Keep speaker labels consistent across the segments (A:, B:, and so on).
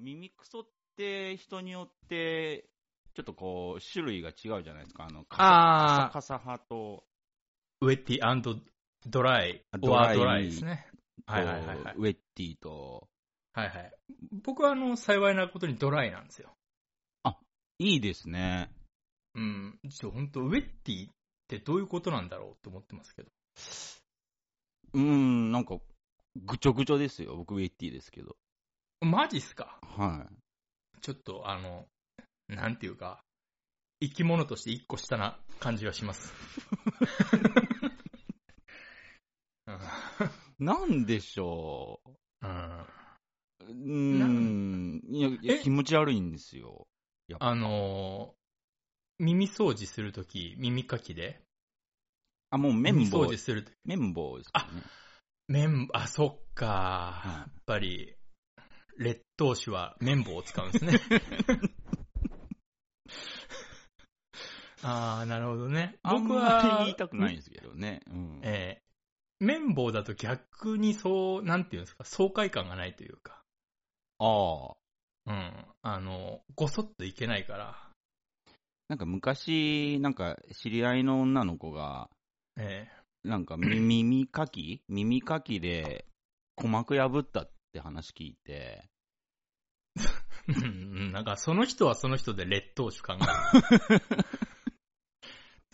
A: ミックスソって人によって、ちょっとこう、種類が違うじゃないですか。あの、
B: あー
A: カサ派と、
B: ウェッティドライ。
A: ドライ
B: ドライですね。はいはいはい、はい
A: こ。うウェッティと、
B: はいはい。僕は、あの、幸いなことにドライなんですよ。
A: いいですね。
B: うん。ちょ、本当ウェッティってどういうことなんだろうって思ってますけど。
A: うーん、なんか、ぐちょぐちょですよ。僕、ウェッティですけど。
B: マジっすか
A: は
B: ちょっと、あの、なんていうか、生き物として一個下な感じがします。うん
A: い。なんでしょ
B: うん
A: う。うーん、いや、いや
B: え
A: 気持ち悪いんですよ。
B: あのー耳掃除するとき、耳かきで。
A: あ、もう綿
B: 耳
A: 棒
B: 掃除。するとき。
A: 綿棒ですかね。
B: 綿、あ、そっか。
A: は
B: やっぱり、劣等種は綿棒を使うんです ね。ああ、なるほどね。僕
A: あんまり
B: は
A: 言い、たくないんですけどね。うん。
B: えー綿棒だと逆にそう、なんていうんですか、爽快感がないというか。
A: ああ。
B: うん。あの、ごそっといけないから。
A: なんか昔、なんか知り合いの女の子が、
B: え
A: なんか耳耳かき耳かきで鼓膜破ったって話聞いて、
B: えうんなんか、その人はその人で劣等種感があ る。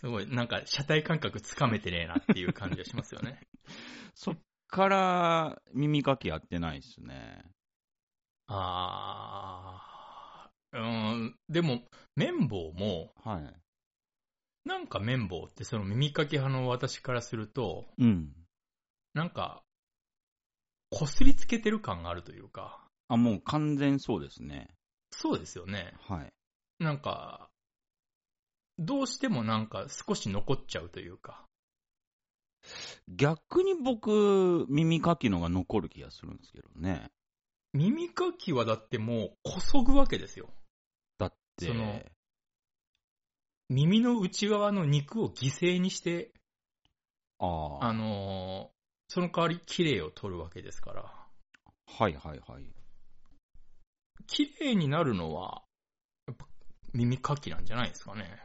B: すごい、なんか、車体感覚つかめてねえなっていう感じがしますよね。
A: そっから耳かきやってないですね。
B: あー。うん、でも、綿棒も、
A: はい。
B: なんか綿棒ってその耳かき派の私からすると、
A: うん。
B: なんか、こすりつけてる感があるというか、
A: あ、もう完全そうですね。
B: そうですよね。
A: はい。
B: なんか、どうしてもなんか少し残っちゃうというか。
A: 逆に僕、耳かきのが残る気がするんですけどね。
B: 耳かきはだってもうこそぐわけですよ。
A: だって、
B: その耳の内側の肉を犠牲にして、
A: ああ
B: あのーその代わり綺麗を取るわけですから。
A: はいはいはい。
B: 綺麗になるのは、やっぱ耳かきなんじゃないですかね。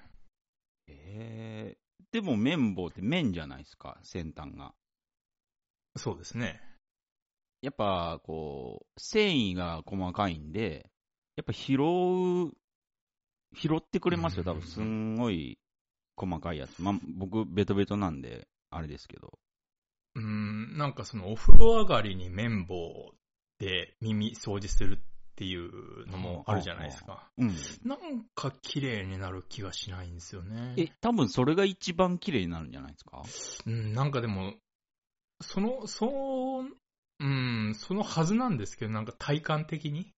A: えー、でも綿棒って綿じゃないですか、先端が。
B: そうですね。
A: やっぱこう、繊維が細かいんで、やっぱ拾う、拾ってくれますよ、
B: うんう
A: 多
B: んうん
A: 分すんごい細かいやつ。まあ、僕、ベトベトなんで、あれですけど。
B: うーん、なんかそのお風呂上がりに綿棒で耳掃除するっていうのもあるじゃないですか。
A: うん。
B: なんか綺麗になる気がしないんですよね。
A: え、多分それが一番綺麗になるんじゃないですか
B: うん、なんかでも、その、そう、うん、そのはずなんですけど、なんか体感的に。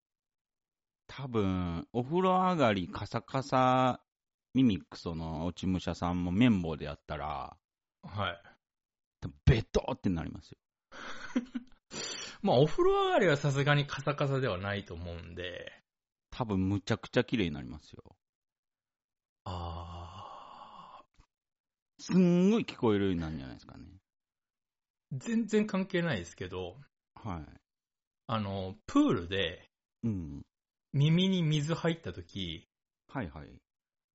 A: 多分、お風呂上がりカサカサミミックソの落ち武者さんも綿棒でやったら、
B: はい。
A: 多分ベトってなりますよ。
B: まあお風呂上がりはさすがにカサカサではないと思うんで、
A: 多分むちゃくちゃ綺麗になりますよ。
B: あー
A: すんごい聞こえるようになるんじゃないですかね。
B: 全然関係ないですけど、
A: は
B: あの、プールで
A: い。うん。
B: 耳に水入った時、
A: はいはい。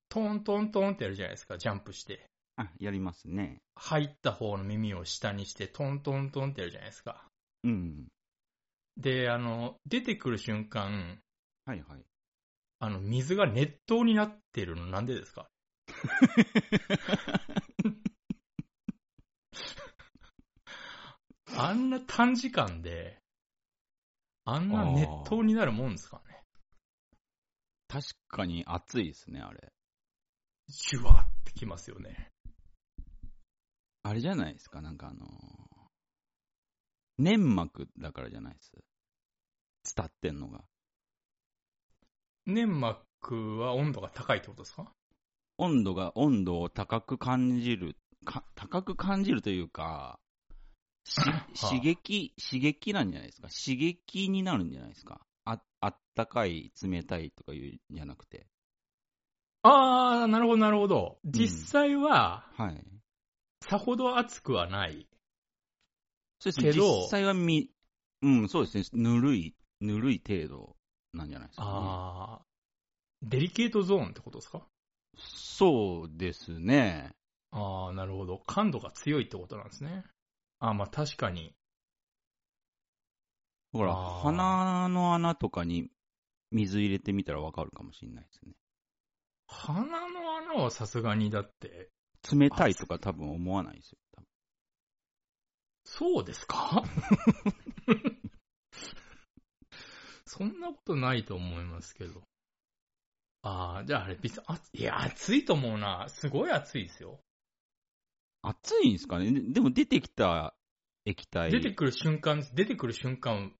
B: トントントンってやるじゃないですか、ジャンプして。
A: あ、やりますね。
B: 入った方の耳を下にして、トントントンってやるじゃないですか。
A: うん。
B: で、あの、出てくる瞬間、
A: はいはい。
B: あの、水が熱湯になってるのなんでですかあんな短時間で、あんな熱湯になるもんですかね。
A: 確かに暑いですね、あれ。
B: ジュワってきますよね。
A: あれじゃないですか、なんかあのー粘膜だからじゃないです。伝ってんのが。
B: 粘膜は温度が高いってことですか
A: 温度が、温度を高く感じる、か高く感じるというか、し
B: あ
A: 刺激、刺激なんじゃないですか。刺激になるんじゃないですか。あ、あったかい、冷たいとかいうんじゃなくて。
B: あー、なるほど、なるほど。実際は、
A: はい。
B: さほど熱くはない。
A: そうですね。
B: けど
A: 実際はみ、うん、そうですね。ぬるい、ぬるい程度。なんじゃないですか、ね。
B: ああ。デリケートゾーンってことですか
A: そうですね。
B: ああ、なるほど。感度が強いってことなんですね。ああ、まあ確かに。
A: ほら、
B: あー
A: 鼻の穴とかに水入れてみたらわかるかもしれないですね。
B: 鼻の穴はさすがにだって、
A: 冷たいとか多分思わないですよ。多分
B: そうです かそんなことないと思いますけど。ああ、じゃああれ、別に、あいや、暑いと思うな。すごい暑いですよ。
A: 熱いんですかねででも出てきた液体。
B: 出てくる瞬間、出てくる瞬間、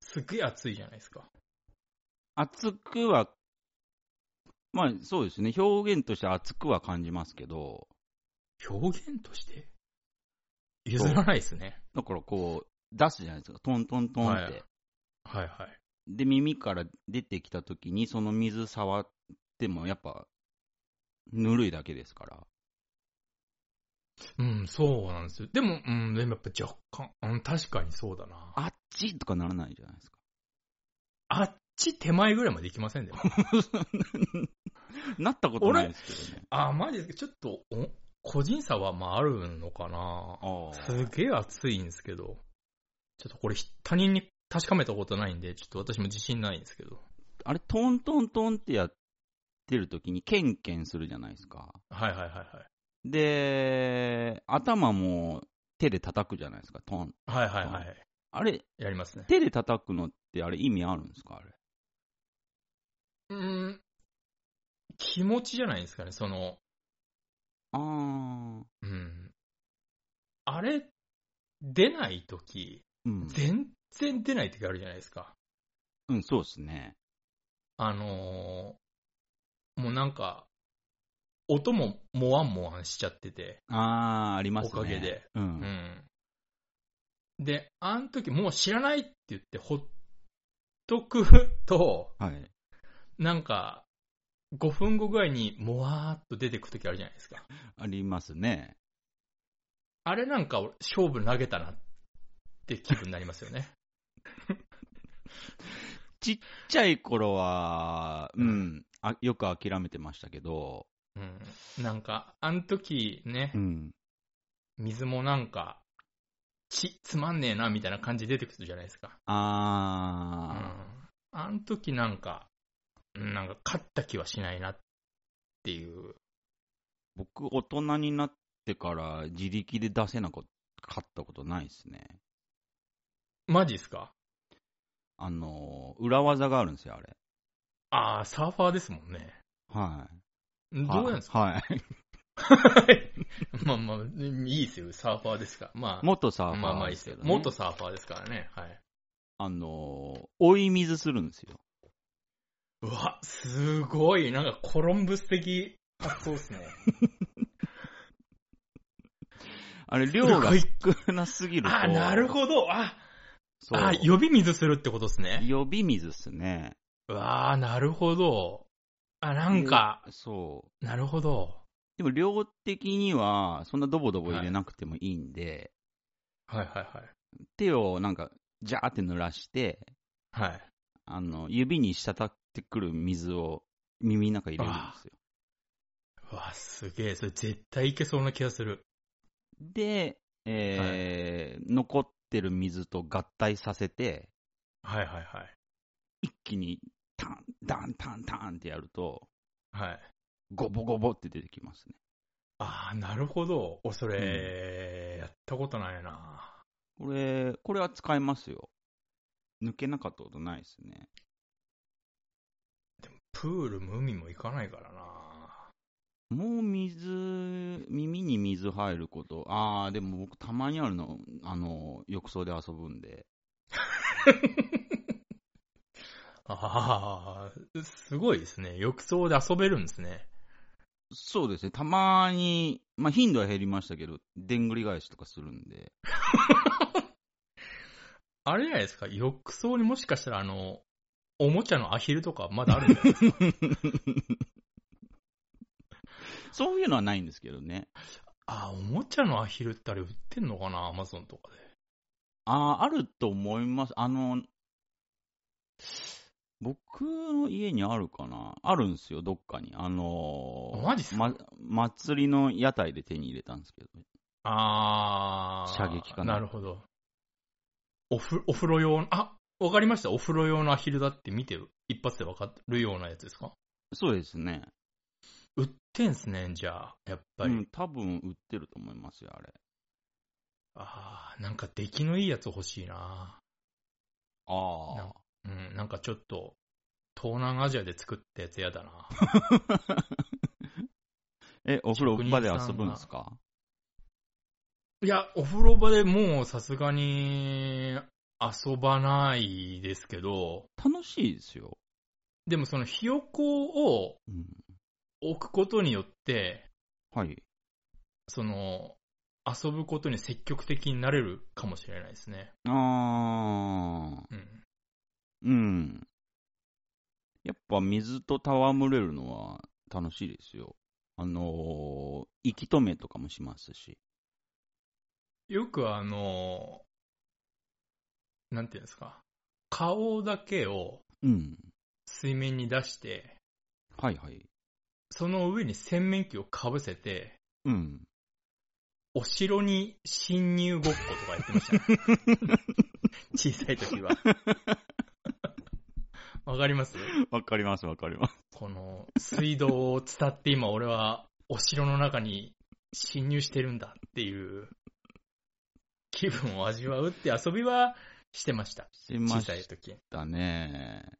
B: すっげえ暑いじゃないですか。
A: 熱くは、まあそうですね。表現として熱くは感じますけど、
B: 表現として譲らないですね。
A: だからこう、出すじゃないですか。トントントンって。
B: はいはいはい。
A: で、耳から出てきたときに、その水触っても、やっぱ、ぬるいだけですから。
B: うん、そうなんですよ。でも、うん、でもやっぱ若干、うん、確かにそうだな。
A: あっちとかならないじゃないですか。
B: あっち手前ぐらいまで行きま せんでも。
A: なったことないですけどね。
B: あ、マジですか。ちょっと、お個人差はまああるのかな
A: あ
B: すげえ暑いんですけど。ちょっとこれひ他人に確かめたことないんで、ちょっと私も自信ないんですけど。
A: ああれ、トントントンってやってるときに、ケンケンするじゃないですか。
B: はいはいはいはい。
A: で、頭も手で叩くじゃないですか、トン。
B: はいはいはい。
A: あれ、
B: やりますね。
A: 手で叩くのって、あれ意味あるんですかあれ。
B: うん。気持ちじゃないですかね、その、
A: あー。
B: うん。あれ、出ないとき、
A: うん。
B: 全然出ないときあるじゃないですか。
A: うん、そうですね。
B: あのーもうなんか、音ももわんもわんしちゃってて、
A: あー、ありますね。
B: おかげで。
A: う。
B: うんん。で、あの時もう知らないって言ってほっとくと、
A: はい。
B: なんか、5分後ぐらいにもわーっと出てく時あるじゃないですか。
A: ありますね。
B: あれなんか俺勝負投げたなって気分になります よね。
A: ちっちゃい頃は、う
B: うん
A: ん、あよく諦めてましたけど、
B: うん。なんか、あの時ね
A: う、ん、
B: 水もなんか、ち、つまんねえなみたいな感じで出てくるじゃないですか。うん
A: あ
B: あの時なんか、うんなんか勝った気はしないなっていう。
A: ー、僕、大人になってから自力で出せなかったことないですね。
B: マジっすか
A: あの、裏技があるんですよ、あれ。
B: ああ、サーファーですもんね。
A: は
B: ど
A: い。
B: うなんですか、
A: はい。
B: まあまあ、いいですよ、サーファーですから。まあ、
A: 元サーファー、
B: まあまあいいですよ。元サーファーですからね。はい。
A: あの、追い水するんですよ。
B: うわ、すごい、なんかコロンブス的発想ですね。
A: あれ、量
B: す
A: が
B: ごい
A: 少なすぎると。
B: あ、なるほど。あ、
A: そう
B: あ、呼び水するってことですね。
A: 呼び水っすね。
B: うわあ、なるほど。あ、なんか、
A: そう。
B: なるほど。
A: でも量的には、そんなドボドボ入れなくてもいいんで、
B: はいはい
A: 手をなんか、ジャーって濡らして、
B: はい。はい。
A: あの、指に滴ってくる水を耳の中に入れるんですよ。
B: うわ、すげえ。それ絶対いけそうな気がする。
A: で、えー残ってる水と合体させて、
B: はいはいはい。
A: 一気にタン、ダン、タン、タンってやると、
B: はい。
A: ゴボゴボって出てきますね。
B: ああ、なるほど。お、それ、やったことないな。
A: これ、これは使えますよ。抜けなかったことないですね。
B: プールも海も行かないからな。
A: もう水、耳に水入ること、ああ、でも僕、たまにあるの、あの、浴槽で遊ぶんで、
B: ああ、すごいですね。浴槽で遊べるんですね。
A: そうですね、たまに、まあ、頻度は減りましたけど、でんぐり返しとかするんで、
B: あれじゃないですか。浴槽にもしかしたらあの、おもちゃのアヒルとかまだあるんだ よ。
A: そういうのはないんですけどね、
B: ああ、おもちゃのアヒルってあれ売ってんのかなアマゾンとかで。
A: ああ、あると思います、あの、僕の家にあるかなあるんですよ、どっかに。あのー
B: マジっすか
A: ま、祭りの屋台で手に入れたんですけど。
B: あー。
A: 射撃かな
B: なるほど。おふ、お風呂用の、あ、わかりました。お風呂用のアヒルだって見て、一発でわかるようなやつですか
A: そうですね。
B: 売ってんすね、じゃあ、やっぱり。
A: うん、多分売ってると思いますよ、あれ。
B: あー、なんか出来のいいやつ欲しいなな
A: あ
B: んうん、なんかちょっと、東南アジアで作ったやつやだな。
A: え、お風呂場で遊ぶんですか
B: いや、お風呂場でもうさすがに遊ばないですけど、
A: 楽しいですよ。
B: でもそのひよこを
A: うん。
B: 置くことによって、
A: はい。
B: その、遊ぶことに積極的になれるかもしれないですね。
A: あ
B: うん。
A: ー、うん。やっぱ水と戯れるのは楽しいですよ。あのー、息止めとかもしますし。
B: よくあの、なんていうんですか、顔だけを
A: うん。
B: 水面に出して、
A: はいはい。
B: その上に洗面器をかぶせて、
A: うん。
B: お城に侵入ごっことかやってましたね。 小さい時は。わかります
A: わかりますわかります。
B: この水道を伝って今俺はお城の中に侵入してるんだっていう気分を味わうって遊びはしてました。
A: して
B: 小
A: ま
B: さい
A: し
B: 時。
A: たね。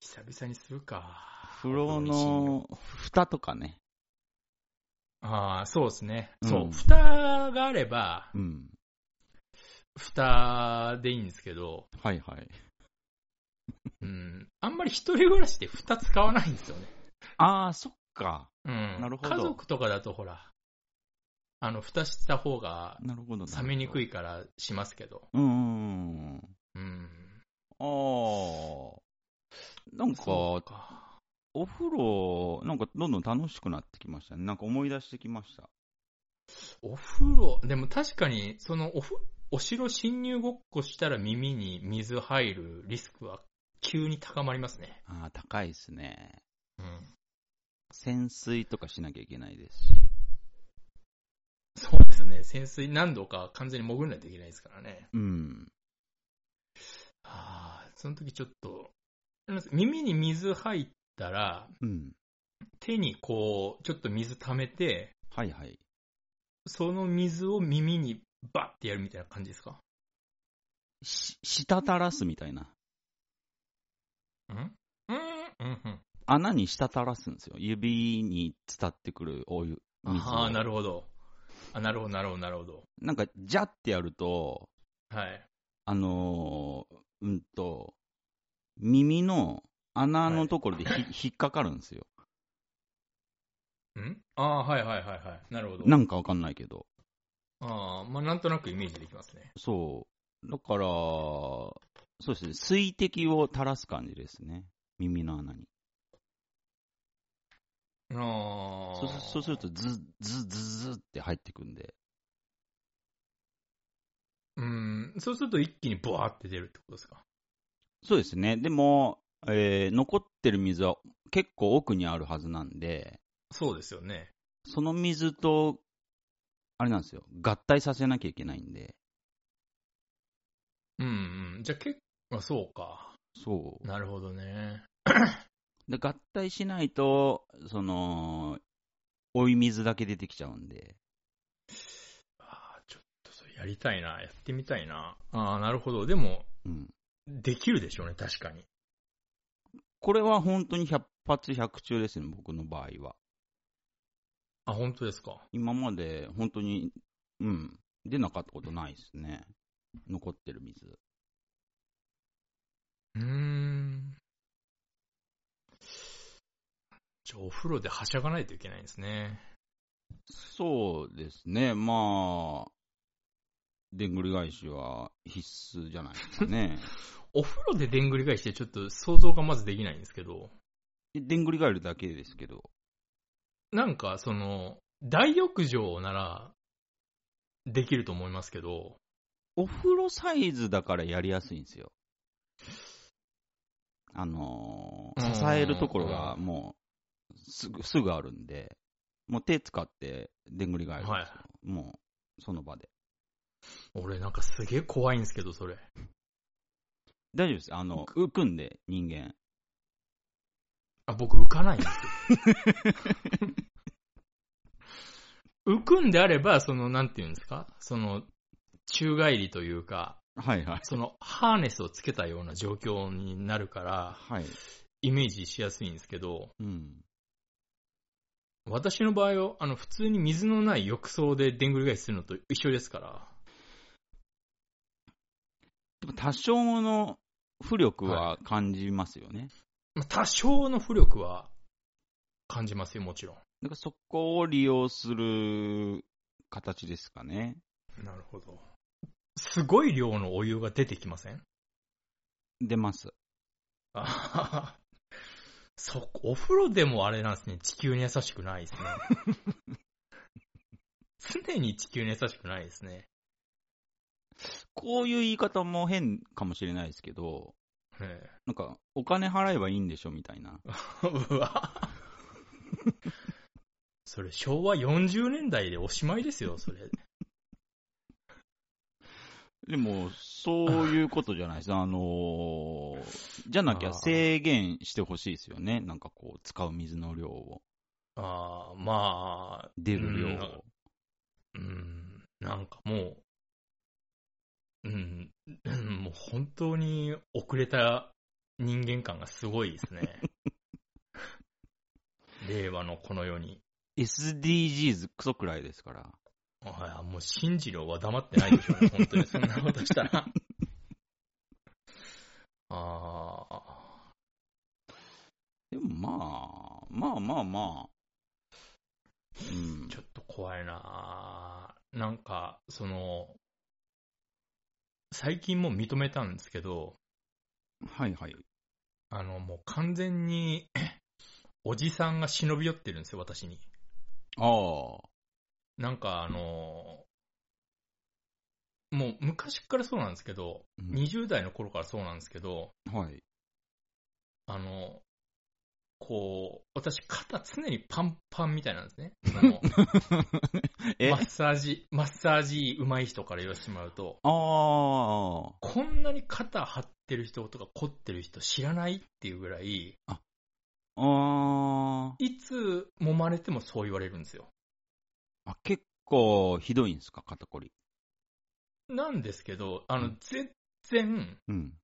B: 久々にするか。
A: 風呂の蓋とかね。
B: ああ、そうですね。そうう。
A: ん
B: 蓋があれば、
A: うん。
B: 蓋でいいんですけど、
A: はいはい。
B: うん。あんまり一人暮らしで蓋使わないんですよね。
A: あー、そっか。
B: うん。
A: なるほど
B: 家族とかだとほら、あの、蓋した方が
A: なるほど。
B: 冷めにく
A: い。
B: いからしますけど。
A: うんうんうん。
B: うん。
A: あー。なんか、
B: そうか。
A: お風呂、なんかどんどん楽しくなってきましたね。なんか思い出してきました。
B: お風呂、でも確かに、そのおふ、お城侵入ごっこしたら耳に水入るリスクは急に高まりますね。
A: ああ、高いですね。
B: うん。
A: 潜水とかしなきゃいけないですし。
B: そうですね。潜水何度か完全に潜んないといけないですからね。
A: うん。
B: ああ、その時ちょっと、なんです耳に水入ったら、
A: うん。
B: 手にこう、ちょっと水溜めて、
A: はいはい。
B: その水を耳にバッてやるみたいな感じですか
A: し、滴らすみたいな。
B: うんうんうんうん。
A: 穴に滴らすんですよ。指に伝ってくるお湯。水を
B: ああ、なるほど。あ、なるほど、なるほど、なるほど。
A: なんか、ジャってやると、
B: はい。
A: あのーうんと、耳の穴のところでひ、引っかかるんですよ。
B: んああ、はいはいはいはい。なるほど。
A: なんかわかんないけど。
B: ああ、まあなんとなくイメージできますね。
A: そう。だから、そうですね。水滴を垂らす感じですね。耳の穴に。
B: ああ。
A: そうすそうすると、ズッ、ズッ、ズッズッって入ってくんで。
B: うん、そうすると一気にブワーって出るってことですか
A: そうですね。でも、えー残ってる水は結構奥にあるはずなんで、
B: そうですよね。
A: その水と、あれなんですよ。合体させなきゃいけないんで。
B: うんうん。じゃあ結構、あそうか。
A: そう。
B: なるほどね。
A: で合体しないと、その、追い水だけ出てきちゃうんで。
B: ああ、ちょっとそれやりたいな。やってみたいな。ああ、なるほど。でも、
A: うん。
B: できるでしょうね、確かに。
A: これは本当に100発100中ですね、僕の場合は。
B: あ、本当ですか。
A: 今まで本当に、うん、出なかったことないですね。残ってる水。
B: うーん。じゃあ、お風呂ではしゃがないといけないんですね。
A: そうですね、まあ、でんぐり返しは必須じゃないですか ね。
B: お風呂ででんぐり返しってちょっと想像がまずできないんですけど、
A: ででんぐり返るだけですけど。
B: なんかその、大浴場なら、できると思いますけど、
A: お風呂サイズだからやりやすいんですよ。あの
B: うん
A: ー支えるところがもう、すぐ、すぐあるんで、もう手使って、でんぐり返るんですよ。
B: は
A: もう、その場で。
B: 俺なんかすげえ怖いんですけど、それ。
A: 大丈夫です。あの、浮くんで、人間。
B: あ、僕浮かないんですよ。 浮くんであれば、その、なんていうんですかその、宙返りというか、
A: はいはい。
B: その、ハーネスをつけたような状況になるから、
A: はい。
B: イメージしやすいんですけど、
A: うん。
B: 私の場合は、あの、普通に水のない浴槽ででんぐり返しするのと一緒ですから。
A: でも、多少の浮力は感じますよね。
B: まあ多少の浮力は感じますよ、もちろ
A: だからそこを利用する形ですかね。
B: ん。なるほど。すごい量のお湯が出てきません
A: 出ます。
B: あははそこ、お風呂でもあれなんですね。地球に優しくないです ね。常に地球に優しくないですね。
A: こういう言い方も変かもしれないですけど、
B: え
A: なんか、お金払えばいいんでしょみたいな。
B: えうわ。 それ昭和40年代でおしまいですよ、それ。
A: でも、そういうことじゃない です。あのーじゃなき
B: あ
A: ゃ
B: ー
A: 制限してほしいですよね。なんかこう、使う水の量を、
B: ああ、まあ、
A: 出る量
B: うん
A: を。
B: うん、なんかもう、うん、うんもう本当に遅れた人間感がすごいですね。令和のこの世に。
A: SDGs クソくらいですから。
B: ああもう信じるは黙ってないでしょうね、本当に。そんなことしたら。ああ、
A: でもまあ、まあまあまあ。うん
B: ち。ょっと怖いなあなんか、その、最近もう認めたんですけど、
A: はいはい。
B: あの、もう完全に、 おじさんが忍び寄ってるんですよ、私に。
A: ああ。
B: なんかあの、もう昔からそうなんですけど、
A: うん
B: 20代の頃からそうなんですけど、
A: はい。
B: あの、こう、私肩常にパンパンみたいなんですね。その
A: え
B: マッサージ、マッサージ上手い人から言わせてもらうと、
A: ああ。
B: こんなに肩張ってる人とか凝ってる人知らないっていうぐらい、
A: あ
B: いつ揉まれてもそう言われるんですよ。
A: あ。あ、結構ひどいんですか、肩こり。
B: なんですけど、あ
A: う
B: の
A: ん、
B: 全然、
A: うん。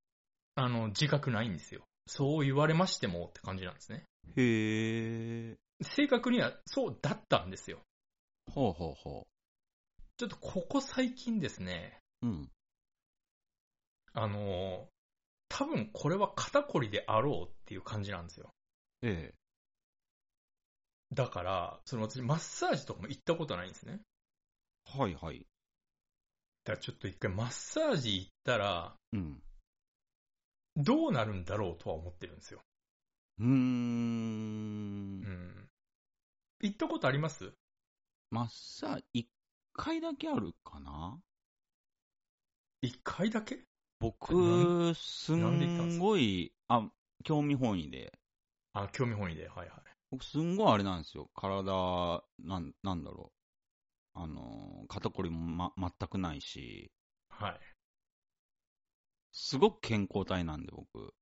B: あの、自覚ないんですよ。そう言われましてもって感じなんですね。
A: へえ。
B: 正確にはそうだったんですよ。
A: ほうほうほ
B: ちょっとここ最近ですね、
A: う。うん。
B: あの、多分これは肩こりであろうっていう感じなんですよ。
A: ええ。
B: だから、その私、マッサージとかも行ったことないんですね。
A: はいはい。
B: だからちょっと一回マッサージ行ったら、
A: うん。
B: どうなるんだろうとは思ってるんですよ。
A: うー。
B: うんん。行ったことあります
A: マッサージ、一回だけあるかな
B: 一回だけ
A: 僕、す
B: なんで行ったんです
A: ん
B: か
A: ごい、あ、興味本位で、
B: あ、興味本位で、はいはい。
A: 僕すんごいあれなんですよ。体、なん、なんだろう。あの、肩こりもま、全くないし、
B: はい。
A: すごく健康体なんで、僕。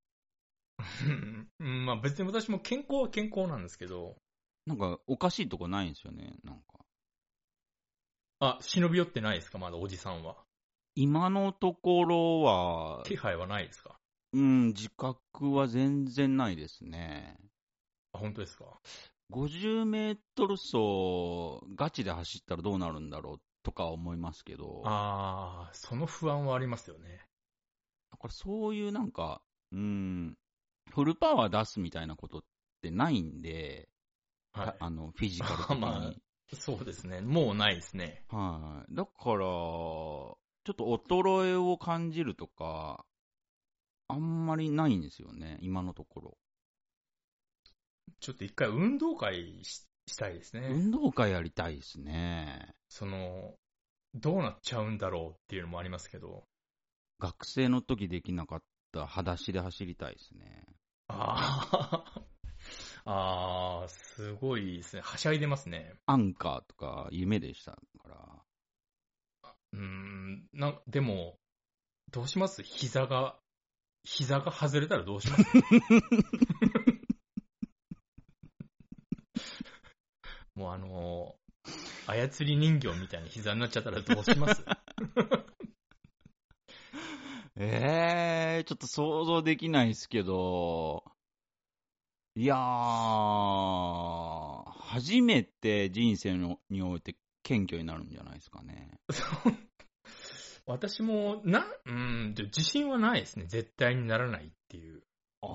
B: うんまあ別に私も健康は健康なんですけど、
A: なんか、おかしいとこないんですよね、なんか。
B: あ、忍び寄ってないですかまだおじさんは。
A: 今のところは、
B: 気配はないですか
A: うん、自覚は全然ないですね。
B: あ、本当ですか
A: 50メートル走、ガチで走ったらどうなるんだろうとか思いますけど、だ
B: ああ、その不安はありますよね。
A: からそういうなんか、うん、フルパワー出すみたいなことってないんで、
B: は
A: あの、フィジカルとかに。
B: まい。そうですね。もうないですね。
A: はい。だから、ちょっと衰えを感じるとか、あんまりないんですよね、今のところ。
B: ちょっと一回運動会ししたいですね。
A: 運動会やりたいですね。
B: その、どうなっちゃうんだろうっていうのもありますけど、
A: 学生の時できなかった裸足で走りたいですね。
B: ああ。 ああ、すごいですね。はしゃいでますね。
A: アンカーとか夢でしたから。
B: うーん。な、でも、どうします膝が、膝が外れたらどうしますもうあのー操り人形みたいな膝になっちゃったらどうします
A: ええちょっと想像できないですけど、いやー、初めて人生のにおいて謙虚になるんじゃないですかね。
B: 私も、な、うーん、で自信はないですね。絶対にならないっていう。
A: あ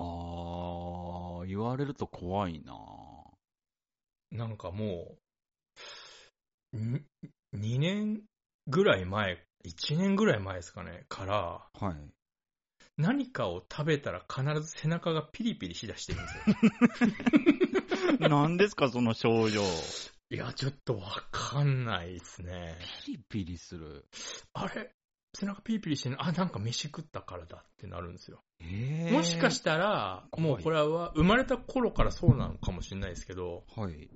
A: ー、言われると怖いな
B: なんかもう、ん2年ぐらい前、1年ぐらい前ですかね、から、
A: はい。
B: 何かを食べたら必ず背中がピリピリしだしてるんですよ。
A: 何ですか、その症状。
B: いや、ちょっとわかんないですね。
A: ピリピリする。
B: あれ背中ピリピリしてるあ、なんか飯食ったからだってなるんですよ。
A: えー、
B: もしかしたら、
A: 怖い
B: もうこれは生まれた頃からそうなのかもしれないですけど、
A: はい。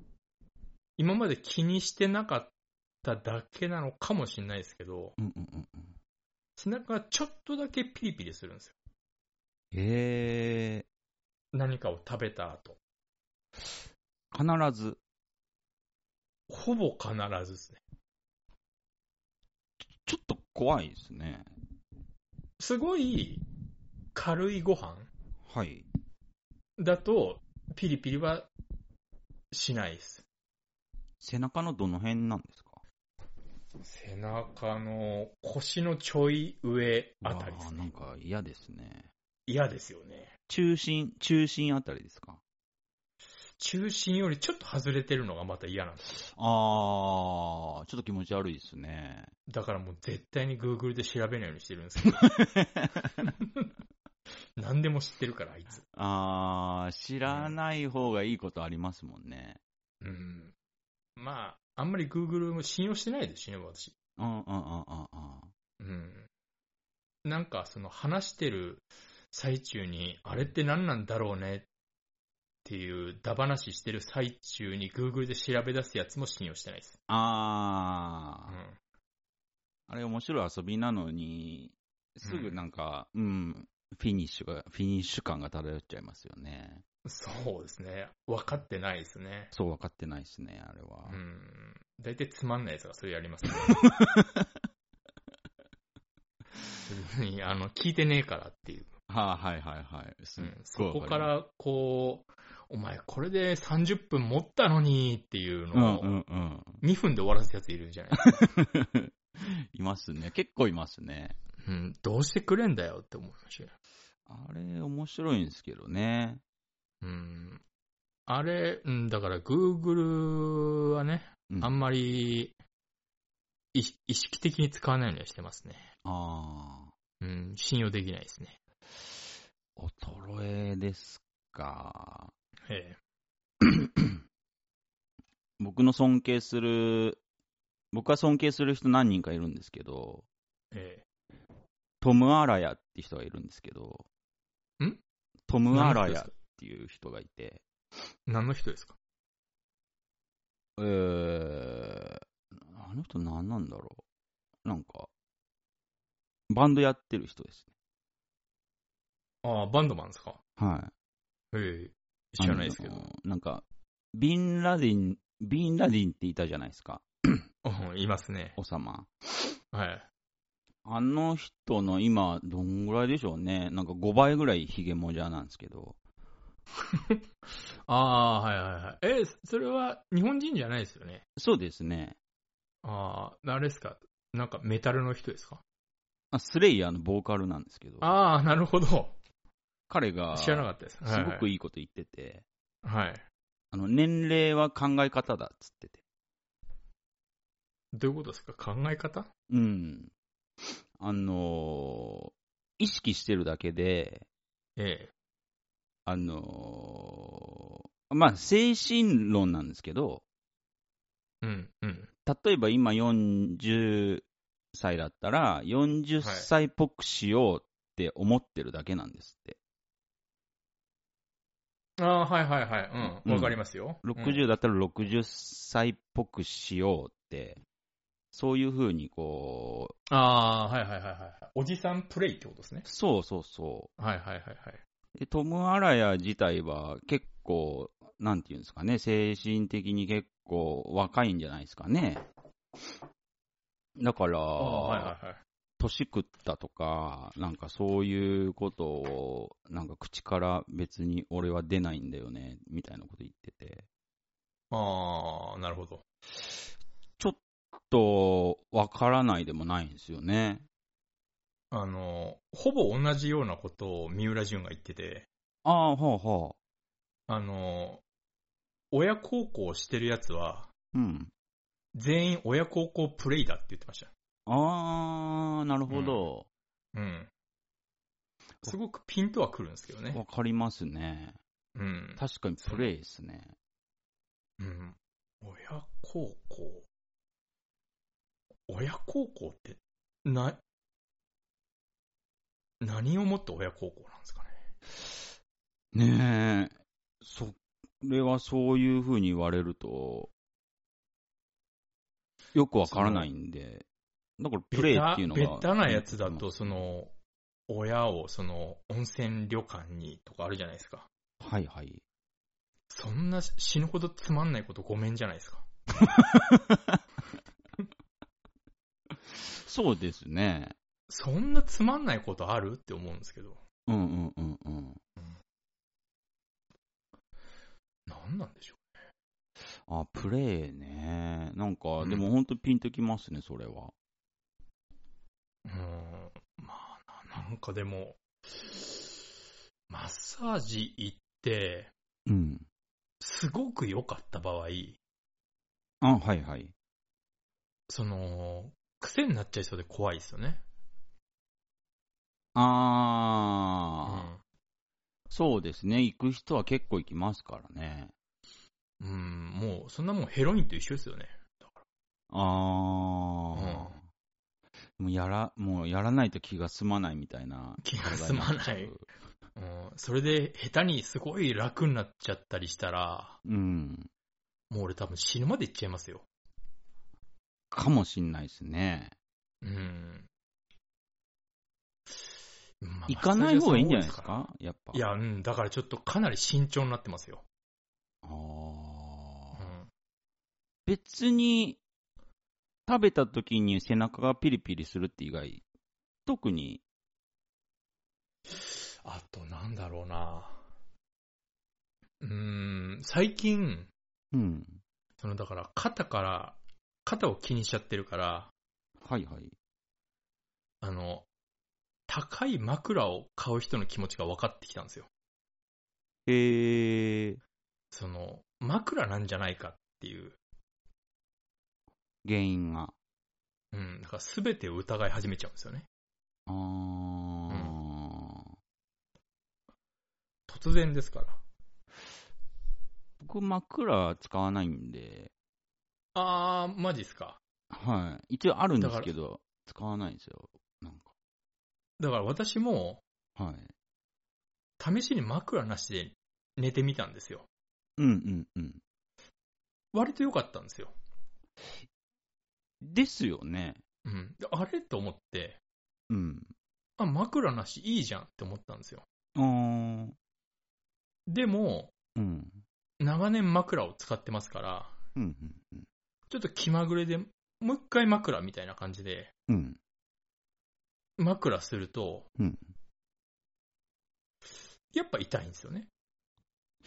B: 今まで気にしてなかっただけなのかもしれないですけど、
A: うんうんうんうん。
B: 背中がちょっとだけピリピリするんですよ。
A: え
B: 何かを食べた後。
A: ー、必ず、
B: ほぼ必ずですね。
A: ちょっと怖いですね。
B: すごい軽いご飯
A: はい。
B: だと、ピリピリはしないです。
A: 背中のどの辺なんですか
B: 背中の腰のちょい上あたりで
A: わ
B: す
A: ーなん
B: ね。
A: か嫌ですね。
B: 嫌ですよね。
A: 中心、中心あたりですか
B: 中心よりちょっと外れてるのがまた嫌なんです。
A: あー、ちょっと気持ち悪いですね。
B: だからもう絶対に Google で調べないようにしてるんですけど。何でも知ってるから、あいつ。
A: あー、知らない方がいいことありますもんね。
B: うん。まあ、あんまり Google も信用してないですしね、私。
A: うんうんうんうんうん。
B: うん。なんか、その話してる最中に、あれって何なんだろうねっていう、だ話してる最中に Google で調べ出すやつも信用してないです。う
A: あー、
B: ん。
A: あれ面白い遊びなのに、すぐなんか、うん、フィニッシュが、フィニッシュ感が漂っちゃいますよね。
B: そうですね。分かってないですね。
A: そう分かってないですね、あれは。
B: うん。大体つまんないやつがそれや りますね。別にあの、聞いてねえからっていう。
A: はあ、はいはいはい。す
B: う
A: っ
B: ん、そ
A: ごいわり
B: こ
A: ます
B: から、こう、お前これで30分持ったのにっていう
A: うん
B: のを
A: う、んうん。
B: 2分で終わらせるやついるじゃないですか。
A: いますね。結構いますね。
B: うん、どうしてくれんだよって思いましたよ。
A: あれ、面白いんですけどね。
B: うん。あれ、うん、だから Google はね、
A: うん、
B: あんまり、い意識的に使わないようにしてますね。
A: あ
B: うん、信用できないですね。
A: ー衰えですか。
B: ええ。
A: 僕の尊敬する、僕は尊敬する人何人かいるんですけど、
B: え
A: トム・アラヤって人がいるんですけど、
B: ん
A: ト
B: え。
A: ム・アラ
B: 何の人で
A: ヤっ
B: すか
A: ていう人がいて、
B: 何の人ですか
A: えー、あの人何なんだろう。なんか、バンドやってる人です
B: ああ、バンドマンですか
A: ね。はい。
B: ええ。知らないですけど
A: あ。のなんか、ビンラディン、ビンラディンっていたじゃないですか、
B: うん、いますね。
A: 王様。
B: はい。
A: あの人の今、どんぐらいでしょうね。なんか5倍ぐらいヒゲもじゃなんですけど。
B: ああ、はいはいはい。ええ、それは日本人じゃないですよね。
A: そうですね。
B: ああ、あれですかなんかメタルの人ですか
A: あスレイヤーのボーカルなんですけど、
B: ああ、なるほど。
A: 彼が、
B: 知らな
A: す
B: かったです。
A: ごく
B: い
A: いいこと言ってて、
B: い。はい。
A: あの、年齢は考え方だっつってて。
B: どういうことですか考え方
A: うん。あのー意識してるだけで、
B: ええ。
A: あのーまあ、精神論なんですけど、
B: うん、うん。
A: 例えば今40歳だったら、40歳っぽくしようって思ってるだけなんですって。
B: ああ、はいはいはい。う
A: うん
B: ん。わかりますよ。うん
A: 60だったら60歳っぽくしようって、そういう風にこう、
B: ああ、はいはいはいはい。おじさんプレイってことですね。
A: そうそうそ
B: はいはいはいはい。
A: う。でトム・アラヤ自体は結構、なんていうんですかね、精神的に結構若いんじゃないですかね。だから、
B: ああ、はいはいはい。
A: 年食ったとか、なんかそういうことを、なんか口から別に俺は出ないんだよね、みたいなこと言ってて。
B: ああ、なるほど。
A: と、わからないでもないんですよね。
B: あの、ほぼ同じようなことを三浦淳が言ってて、
A: ああ、ほうほ
B: あの、親孝行してるやつは、
A: う。うん。
B: 全員親孝行プレイだって言ってました。
A: ああ、なるほど。
B: うん。すごくピンとは来るんですけど
A: わ、
B: ね。
A: かりますね。
B: うん。
A: 確かにプレイですね。
B: うん。親孝行。親孝行って、な、何をもって親孝行なんですかね。
A: ねえ。それはそういう風に言われると、よくわからないんで。だからプレイっていうのが。
B: ベタベタなやつだと、その、親を、その、温泉旅館にとかあるじゃないですか。
A: はいはい。
B: そんな死ぬほどつまんないことごめんじゃないですか。
A: そうですね。
B: そんなつまんないことあるって思うんですけど。
A: うんうんうんうん。
B: なんなんでしょ
A: あ、プレイね。なんか、
B: うん
A: でも本当ピンときますね、それは。
B: う。うーん。まあな、なんかでも、マッサージ行って、
A: うん。
B: すごく良かった場合、
A: あ、はいはい。
B: その、癖になっちゃいそうで怖いですよね。う
A: あー、
B: ん。
A: そうですね。行く人は結構行きますからね。
B: うん、もう、そんなもんヘロインと一緒ですよね。
A: あー。もうやら、もうやらないと気が済まないみたいな。
B: 気が済まない。うん、それで下手にすごい楽になっちゃったりしたら、
A: うん。
B: もう俺多分死ぬまで行っちゃいますよ。
A: かもしんないですね。
B: うん。まあ
A: 行かない方がいいんじゃないですかやっぱ。
B: い。や、うん、だからちょっとかなり慎重になってますよ。
A: あ
B: う
A: ー。
B: ん。
A: 別に、食べた時に背中がピリピリするって以外、特に、
B: あと、なんだろうな。うん、最近、
A: うん。
B: その、だから肩から、肩を気にしちゃってるから、
A: はいはい。
B: あの、高い枕を買う人の気持ちが分かってきたんですよ。
A: へー、
B: その、枕なんじゃないかっていう。
A: 原因が。
B: うん、だから全てを疑い始めちゃうんですよね。
A: あー。
B: 突然ですから。
A: 僕、枕使わないんで、
B: あー、マジっすか。
A: はい。一応あるんですけど、使わないんですよ。なん
B: だから私も、
A: か。はい。
B: 試しに枕なしで寝てみたんですよ。
A: うんうんうん。
B: 割と良かったんですよ。
A: ですよね。
B: うん。であれと思って、
A: うん。
B: あ、枕なしいいじゃんって思ったんですよ。
A: あー。
B: でも、
A: うん。
B: 長年枕を使ってますから、
A: うんうんうん。
B: ちょっと気まぐれで、もう一回枕みたいな感じで、
A: うん。
B: 枕すると、
A: うん
B: やっぱ痛いんですよね。
A: ち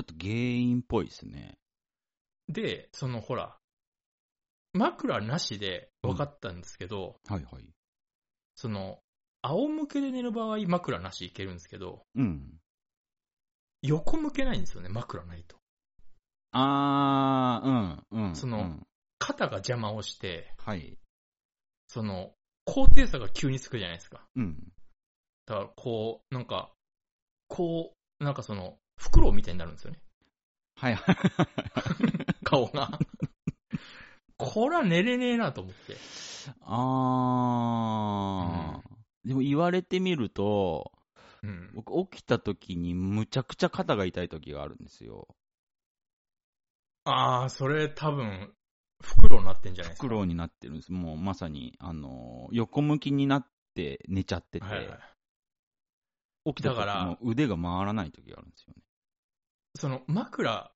A: ょっと原因っぽいですね。
B: で、そのほら、枕なしで分かったんですけど、
A: はいはい。
B: その、仰向けで寝る場合枕なしいけるんですけど、
A: うん。
B: 横向けないんですよね、枕ないと。
A: あー、うん、うん。
B: その
A: うん
B: 肩が邪魔をして、
A: はい。
B: その、高低差が急につくじゃないですか。
A: うん。
B: だから、こう、なんか、こう、なんかその、フクロウみたいになるんですよね、
A: はいはい。
B: 顔が。こら寝れねえなと思って。
A: あー。でも言われてみると、
B: うん。
A: 僕、起きた時にむちゃくちゃ肩が痛い時があるんですよ。
B: ああ、それ多分、袋になってんじゃないですか。
A: 苦労になってるんです。もうまさに、あのー横向きになって寝ちゃってて、
B: はいはい。
A: 起きた
B: だ
A: 時
B: から
A: も腕が回らない時があるんですよね。
B: その、枕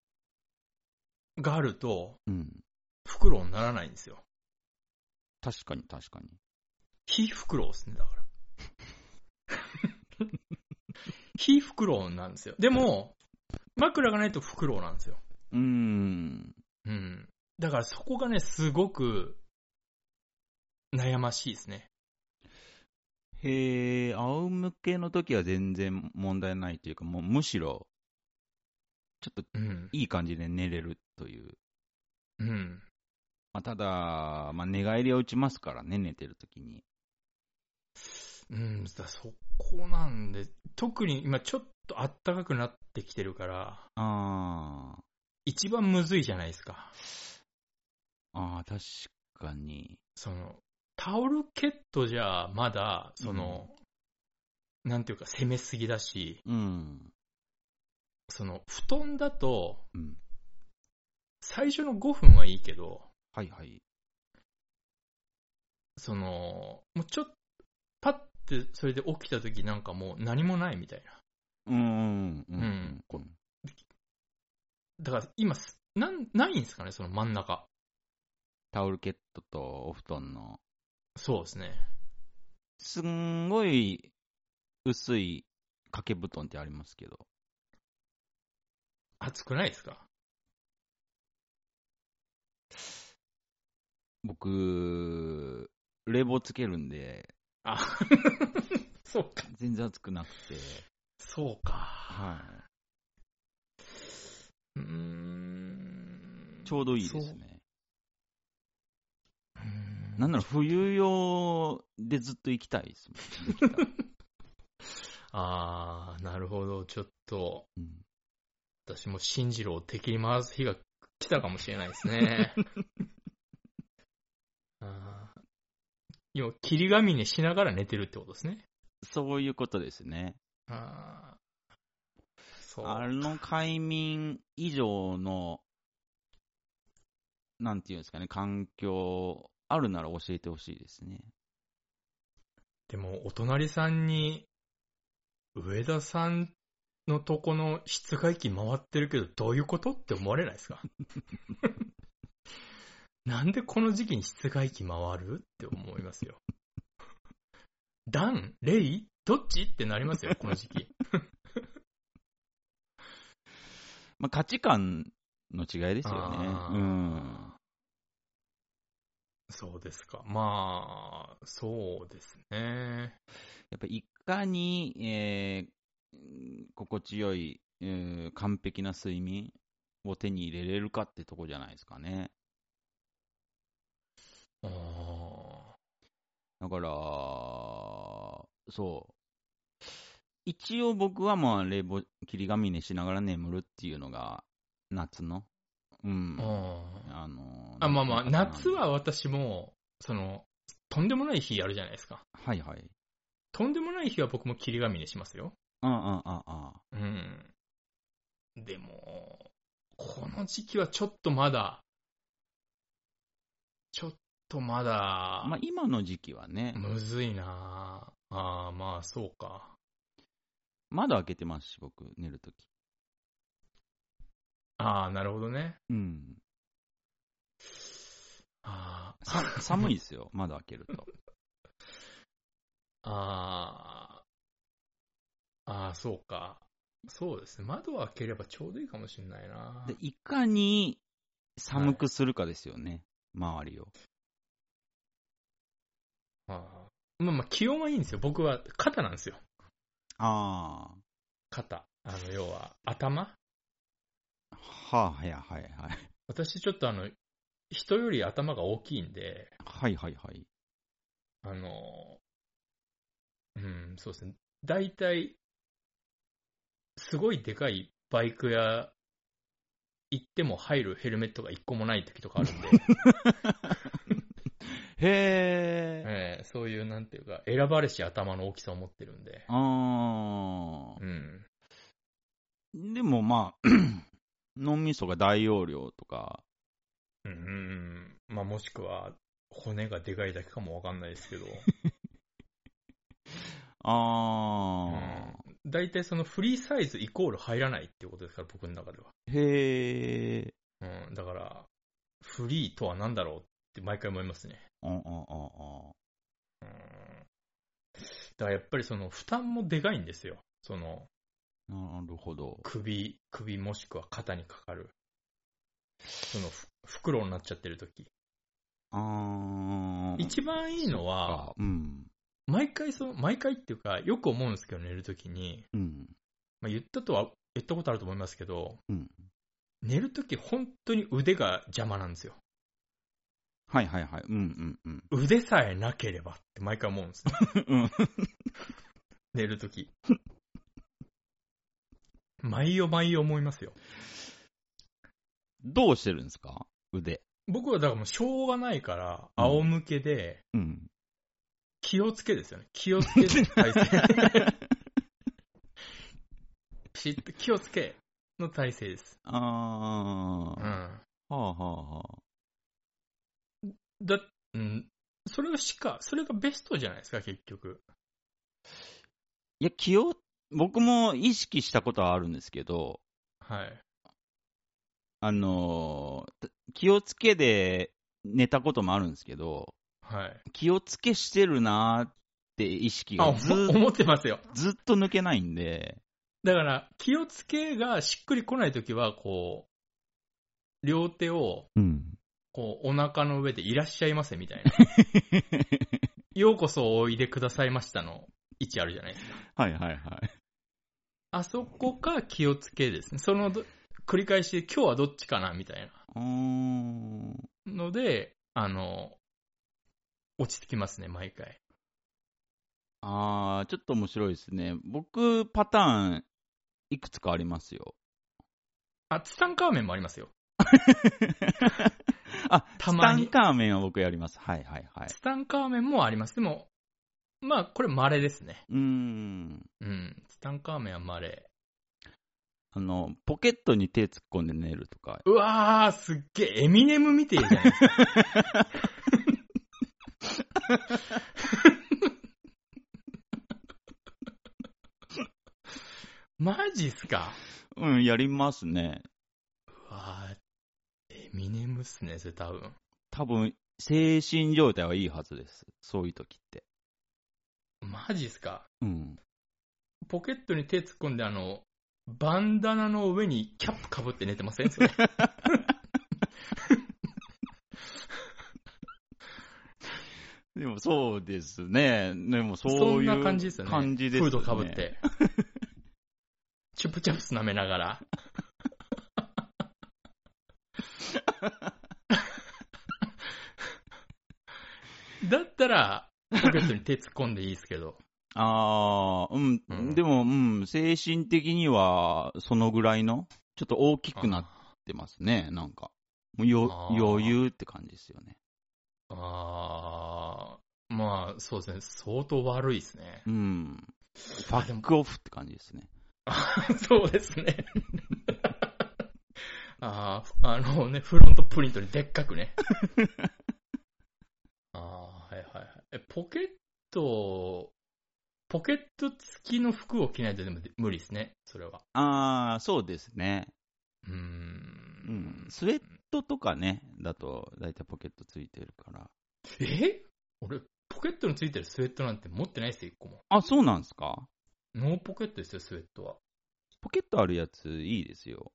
B: があると、
A: うん。
B: 袋にならないんですよ。
A: 確かに確かに。
B: 非袋ですね、だから。 非袋なんですよ。でも、枕がないと袋なんですよ。
A: うーん。
B: うん。だからそこがね、すごく、悩ましいですね。
A: へえ、仰向けの時は全然問題ないというか、もうむしろ、ちょっと
B: うん。
A: いい感じで寝れるという。
B: うん。
A: まあ、ただ、まあ、寝返りを打ちますからね、寝てる時に。
B: うん、だからそこなんで、特に今ちょっと暖かくなってきてるから、
A: あー、
B: 一番むずいじゃないですか。
A: あー確かに。
B: その、タオルケットじゃ、まだ、その、なんていうか攻めすぎだし、
A: うん。
B: その、布団だと、
A: うん。
B: 最初の5分はいいけど、
A: はいはい。
B: その、もうちょっと、パッてそれで起きた時なんかもう何もないみたいな。
A: うんうんうん。
B: うん
A: こ
B: だから今す、なん、ないんですかね、その真ん中。
A: タオルケットとお布団の、
B: そうですね。
A: すんごい薄い掛け布団ってありますけど。
B: 暑くないですか
A: 僕、冷房つけるんで、
B: あ、 そうか。
A: 全然暑くなくて。
B: そうか。
A: は
B: うーん
A: い。。ちょうどいいで
B: そ
A: す
B: う。
A: ね。
B: うーん
A: なんなら冬用でずっと行きたいですもん。できたら
B: あー、なるほど。ちょっと、
A: うん
B: 私も進次郎を敵に回す日が来たかもしれないです ね。あー今、霧紙にしながら寝てるってことですね。
A: そういうことですね。
B: あーそう。
A: あの快眠以上の、なんていうんですかね、環境、あるなら教えてほしいですね。
B: でも、お隣さんに、上田さんのとこの室外機回ってるけど、どういうことって思われないですか なんでこの時期に室外機回るって思いますよ。暖レイどっちってなりますよ、この時期。
A: まあ、価値観の違いですよね。
B: あー
A: うん。
B: そうですか。まあ、そうですね。
A: やっぱいかに、えーうん心地よい、えー完璧な睡眠を手に入れれるかってとこじゃないですかね。
B: あー
A: だから、そう。一応僕はまあ冷房、霧が峰しながら眠るっていうのが、夏の。うん。
B: あー
A: あの
B: あ、まあまあ、
A: な
B: 夏。
A: ん
B: は
A: か
B: 私も、その、とんでもない日あるじゃないですか。
A: はいはい。
B: とんでもない日は僕も霧紙にしますよ。
A: ああ、ああ、あ
B: うん。でも、この時期はちょっとまだ、ちょっとまだ
A: あ。、まあ今の時期はね、
B: むずいなぁああ、まあそうか。
A: 窓開けてますし、僕、寝るとき。
B: ああ、なるほどね。
A: うん。
B: あー
A: さ寒いですよ、窓開けると。
B: あー、ああ、そうか。そうですね。窓を開ければちょうどいいかもしれないな
A: でいかに寒くするかですよね、周りを。
B: あーまあまあ、気温はいいんですよ。僕は肩なんですよ。
A: あ
B: 肩。あの、要は、頭
A: あ、はあ、はいはいはい。
B: 私ちょっとあの、人より頭が大きいんで、
A: はいはいはい。
B: あの、うん、そうですね。大体、すごいでかいバイクや、行っても入るヘルメットが一個もない時とかあるんで、
A: へえ。
B: ええそういう、なんていうか、選ばれし頭の大きさを持ってるんで。
A: あ
B: うん。
A: ー。でもまあ、 脳みそが大容量とか、
B: うんうんうん。まあ、もしくは、骨がでかいだけかもわかんないですけど。
A: あ
B: 大体そのフリーサイズイコール入らないっていうことですから、僕の中では。
A: ー。へー。
B: うん。だから、フリーとは何だろうって毎回思いますね。
A: うんうんうんうん。
B: うん。だからやっぱりその負担もでかいんですよ。その、
A: なるほど。
B: 首、首もしくは肩にかかる。その、ふ袋になっちゃってる時。
A: あー。
B: 一番いいのは
A: あ、うん。
B: 毎回その、毎回っていうか、よく思うんですけど、寝るときに、
A: うん。
B: まあ、言ったとは、言ったことあると思いますけど、
A: うん。
B: 寝るとき本当に腕が邪魔なんですよ。
A: はいはいはい。うんうん
B: 腕さえなければって毎回思 うんですね。
A: うん。うん。
B: 寝るとき。毎夜毎夜思いますよ。
A: どうしてるんですか腕。
B: 僕はだからもうしょうがないから、仰向けで、
A: うん。
B: 気をつけですよね。気をつけの体勢。 ピシッと気をつけの体勢です。
A: あ
B: う
A: ー。は
B: ん。
A: あはあはあ。
B: だ、うん。それがしか、それがベストじゃないですか、結局。
A: いや、気を、僕も意識したことはあるんですけど、
B: はい。
A: あのー気をつけで寝たこともあるんですけど、
B: はい。
A: 気をつけしてるなーって意識
B: あ、
A: がず
B: 思思ってますよ。
A: ずっと抜けないんで、
B: だから、気をつけがしっくりこないときは、こう、両手を、
A: うん。
B: こう、お腹の上でいらっしゃいませみたいな。ようこそおいでくださいましたの位置あるじゃないですか。
A: はいはいはい。
B: あそこか気をつけですね。そのど繰り返しで今日はどっちかなみたいう
A: ーん。
B: なので、あの、落ち着きますね、毎回。
A: あー、ちょっと面白いですね。僕、パターン、いくつかありますよ。
B: あ、ツタンカーメンもありますよ。
A: あ、
B: たまに
A: ツタンカーメンは僕やります。はいはいはい。
B: ツタンカーメンもあります。でも、まあ、これ稀ですね。
A: うーん。
B: うん。ツタンカーメンは稀。
A: あの、ポケットに手突っ込んで寝るとか。
B: うわー、すっげえ、エミネム見てえじゃないですか。マジっすか
A: うん、やりますね。
B: うわー、エミネムっすね、それ多分。
A: 多分、精神状態はいいはずです。そういう時って。
B: マジっすか
A: うん。
B: ポケットに手突っ込んで、あの、バンダナの上にキャップかぶって寝てませんそれ。
A: でもそうですね。でも
B: そ
A: そうい
B: ん
A: う
B: な感じですよね。
A: 感じですね
B: フードかぶっ。て。 チュプチャプス舐めながら。 だったら、ポケットに手突っ込んでいいですけど。
A: ああ、うん、
B: うん
A: でも、うん、精神的には、そのぐらいの、ちょっと大きくなってますね、なんか。もうよ
B: あー
A: 余裕って感じですよね。
B: あーまあ、そうですね。相当悪いですね
A: う。ん。ファ
B: で
A: ッ
B: も
A: クオフって感じですね。
B: そうですね。ああ、あのね、フロントプリントにでっかく ね。ああ、はいはいはい。え、ポケット、ポケット付きの服を着ないとでも無理ですね、それは。
A: ああ、そうですね。
B: うー
A: うんん。。スウェットとかね、だと、だいたいポケットついてるから。
B: え俺、ポケットに付いてるスウェットなんて持ってないですよ、一個も。
A: あ、そうなんですか
B: ノーポケットですよ、スウェットは。
A: ポケットあるやつ、いいですよ。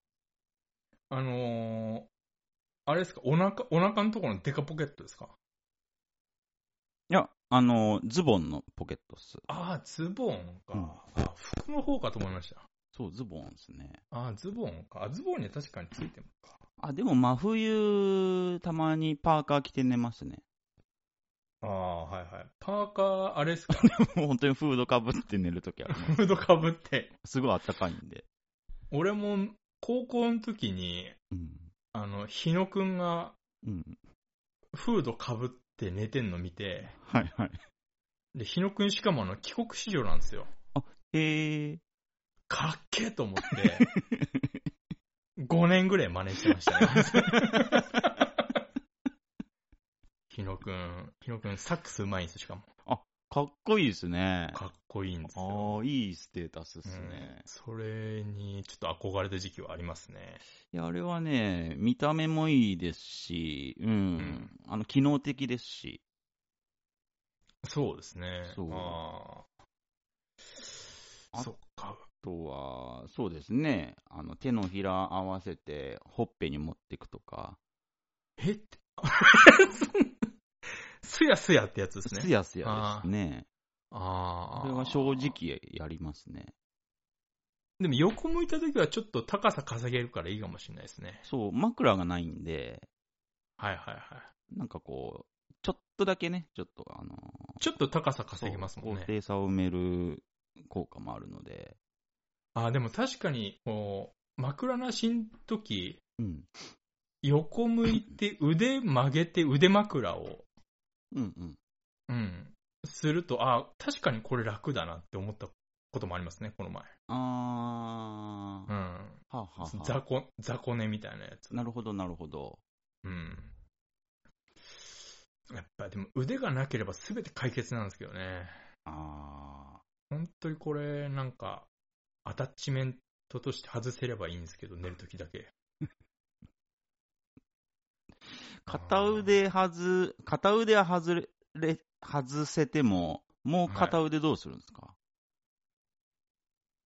B: あのー、あれですか、お腹、お腹のところのデカポケットですか
A: いや、あの、ズボンのポケットっす。
B: ああ、ズボンか。
A: うん
B: あ服の方かと思いました。
A: そう、ズボンですね。
B: ああ、ズボンか。あズボンには確かについてるか。
A: あ、でも真冬、たまにパーカー着て寝ますね。
B: ああ、はいはい。パーカー、あれですか
A: もう本当にフードかぶって寝るときあります。
B: フードかぶって。
A: すごいあったかいんで。
B: 俺も、高校の時に、
A: うん。
B: あの、日野くんが
A: うん。
B: フードかぶって寝てんの見て、
A: はいはい。
B: で、日野くんしかもあの、帰国子女なんですよ。
A: へえ。
B: かっけえと思 って、5年ぐらい真似してましたね。 日野くん、日野くん、サックスうまいんですよ、しかも。
A: かっこいいですね。
B: かっこいいんですよ。
A: ああ、いいステータスです
B: うん
A: ね。
B: それにちょっと憧れた時期はありますね。
A: いや、あれはね、見た目もいいですし、うん。
B: ん
A: あの、機能的ですし。
B: そうですね。
A: そう
B: ああ
A: あ
B: そっか。
A: あとは、そうですね。あの、手のひら合わせて、ほっぺに持っていくとか。
B: え ってすやすやってやつです
A: す
B: ね。
A: やすやですね。
B: ああ。
A: これは正。直やりますね。
B: でも横向いた時はちょっと高さ稼げるからいいかもしれないですね。
A: そう、枕がないんで、
B: はいはいはい。
A: なんかこう、ちょっとだけね、ちょっとあの
B: ちょっと高さ
A: ー、
B: 稼げますもん
A: そう高
B: ね。
A: 低差を埋める効果もあるので、
B: ああ、でも確かに、こう、枕なしん時、
A: うん。
B: 横向いて腕曲げて腕枕を
A: うんうん。
B: うん。すると、あ、確かにこれ楽だなって思ったこともありますね、この前。
A: あー、
B: う
A: は
B: ん。
A: あ、はあはあ、
B: 雑魚、雑魚寝みたいなやつ。
A: なるほど、なるほど。
B: うん。やっぱでも腕がなければ全て解決なんですけどね。
A: あ
B: 本当にこれ、なんか、アタッチメントとして外せればいいんですけど、寝るときだけ。
A: ー、片腕外、片腕は外れ、れ外せても、もう片腕どうするんですか、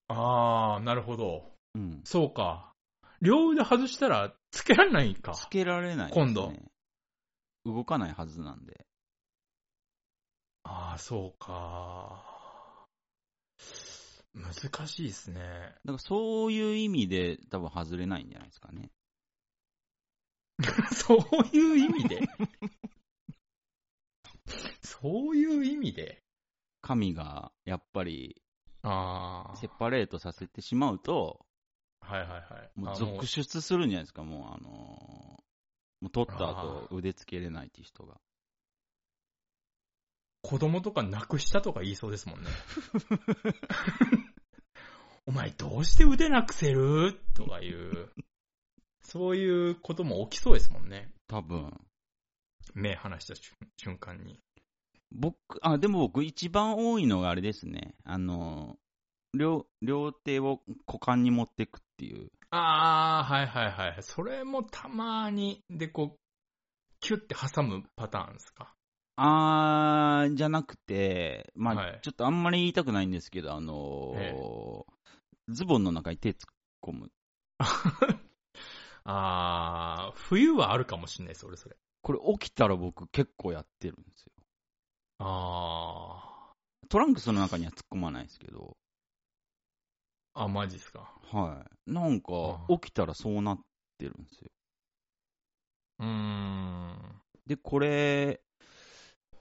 B: あー、なるほど。
A: うん。
B: そうか。両腕外したら、つけられないか。
A: つけられないです、ね。
B: 今度。
A: 動かないはずなんで。
B: ああ、そうか。難しいですね。
A: だからそういう意味で多分外れないんじゃないですかね。
B: そういう意味でそういう意味で
A: 神がやっぱり
B: あ
A: セパレートさせてしまうと、
B: あ。はいはいはい。
A: もう
B: あも
A: 続出するんじゃないですか、もうあのーもう取った後腕つけれないっていう人が。
B: 子供とかなくしたとか言いそうですもんね。 お前どうして腕なくせるとかいう。そういうことも起きそうですもんね。
A: 多分。
B: 目離した瞬瞬間に。
A: 僕、あ、でも僕一番多いのがあれですね。あのー両、両手を股間に持ってくっていう。
B: ああ、はいはいはい。それもたまに、で、こう、キュッて挟むパターンですか。
A: あー、じゃなくて、まあ、
B: はい
A: ちょっとあんまり言いたくないんですけど、あのー
B: え
A: ズボンの中に手突っ込む。
B: ああ、冬はあるかもしんないです、俺それ。
A: これ起きたら僕結構やってるんですよ。
B: あ
A: トランクスの中には突っ込まないですけど、
B: あ、あ、マジっすか。
A: はい。なんか
B: あ、
A: 起きたらそうなってるんですよ。
B: うーん。
A: で、これ、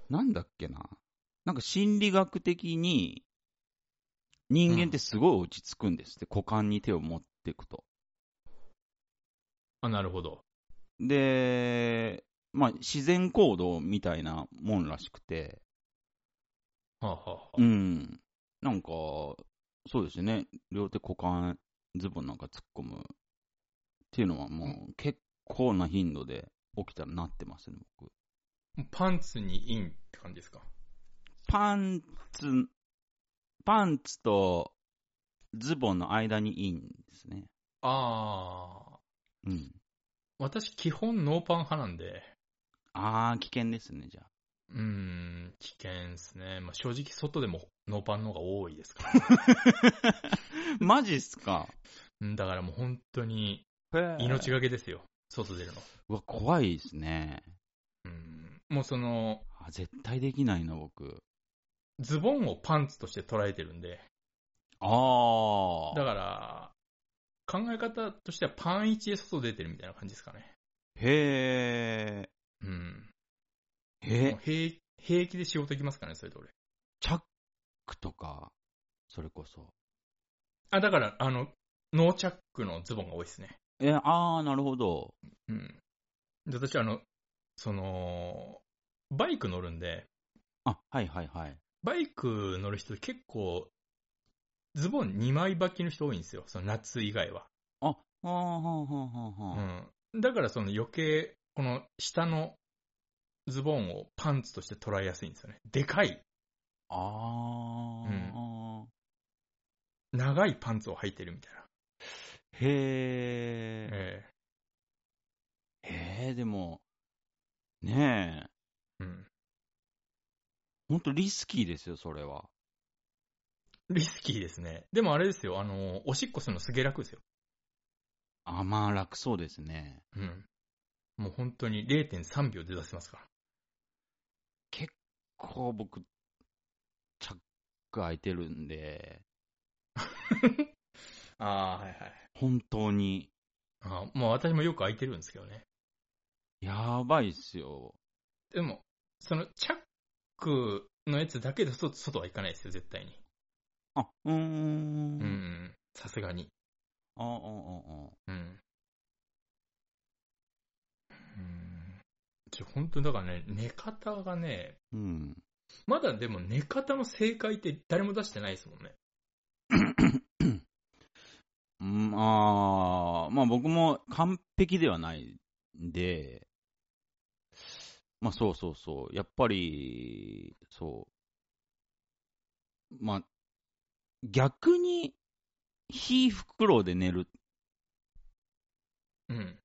A: なんだっけな。なんか心理学的に、人間ってすごい落ち着くんですって、股間に手を持っていくと。
B: あ、なるほど。
A: で、まあ、自然行動みたいなもんらしくて、
B: はあ、はあはあ
A: うん。なんか、そうですね。両手股間、ズボンなんか突っ込むっていうのはもう結構な頻度で起きたらなってますね、僕。
B: パンツにインって感じですか。
A: パンツ、パンツとズボンの間にインですね。
B: ああ、
A: うん。
B: 私基本ノーパン派なんで、
A: あー、危険ですね、じゃあ。
B: うーん、危険っすね。まあ、正直外でもノーパンの方が多いですから。
A: マジっすか
B: うんだからもう本当に命
A: 命。
B: がけですよ。外出るの。
A: うわ、怖いですね。
B: うん。もうその、
A: あ絶対できないな、僕。
B: ズボンをパンツとして捉えてるんで、
A: あー。
B: だから、考え方としてはパン一で外出てるみたいな感じですかね。
A: へ
B: うん。
A: ー。え
B: もう平平気で仕事行きますからね、それで俺。
A: チャックとか、それこそ。
B: あ、だから、あの、ノーチャックのズボンが多いですね。
A: え、あー、なるほど。
B: うん。で、私、あの、その、バイク乗るんで、
A: あ、はいはいはい。
B: バイク乗る人結構、ズボン2枚履きの人多いんですよ。その夏以外は。
A: あ、はあはあはあはあ。
B: うん。だからその余計、この下のズボンをパンツとして捉えやすいんですよね。でかい、
A: あー。
B: 長いパンツを履いてるみたいな。
A: へえ。
B: え
A: へえ、でも、ねえ、
B: えうん。
A: ほんとリスキーですよ、それは。
B: リスキーですね。でもあれですよ、あの、おしっこするのすげえ楽ですよ。
A: あ、まあ楽そうですね。
B: うん。もう本当に0.3秒で出せますから。
A: 結構僕、チャック開いてるんで、
B: ああ、はいはい。
A: 本当に、
B: あーもう私もよく空いてるんですけどね。
A: やばいっすよ。
B: でも、その、チャックのやつだけで外外は行かないですよ、絶対に。
A: あ、うーん。、
B: うんうんん。さすがに。
A: あ、あ、あ、あ。
B: うん。うん。ちょ、本当にだからね、寝方がね、
A: うん。
B: まだでも寝方の正解って誰も出してないですもんね。
A: うん、あーまあ僕も完璧ではないんで、まあそうそうそう、やっぱり、そう、まあ、逆に、非袋で寝る
B: うん。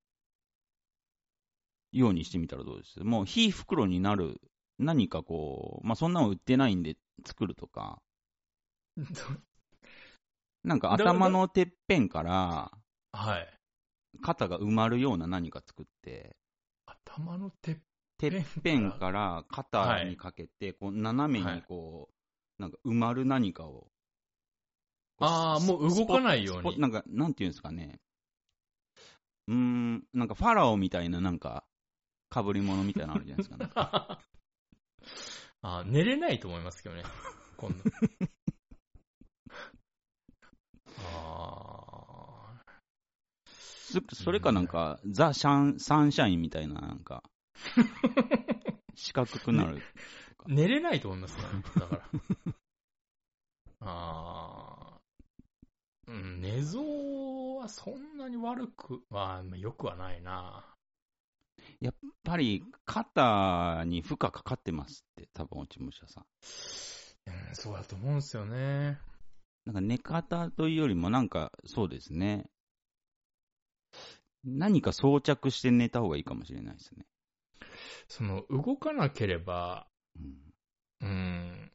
A: ようにしてみたらどうですもう非袋になる、何かこう、まあそんなの売ってないんで作るとか、なんか頭のてっぺんから
B: はい。
A: 肩が埋まるような何か作って、
B: 頭のてっ
A: てっぺんから肩にかけて、こう斜めにこう、なんか埋まる何かを。
B: あー
A: ス
B: もう動かないように
A: スポスポなんか、なんていうんですかね。うーん、なんかファラオみたいな、なんか、被り物みたいなのあるじゃないですか、なんか
B: あ寝れないと思いますけどね、今 度。あ
A: そそれかなんか、ザ・シャン、サンシャインみたいな、なんか、四角く なる。
B: ー寝れないと思いますね、だから。あーうん、寝相はそんなに悪くは、まあ、よくはないな。
A: やっぱり、肩に負荷かかってますって、多分落ち武者さん。
B: うん、そうだと思うんですよね。
A: なんか寝方というよりも、なんかそうですね。何か装着して寝た方がいいかもしれないですね。
B: その、動かなければ、
A: うん、
B: うん、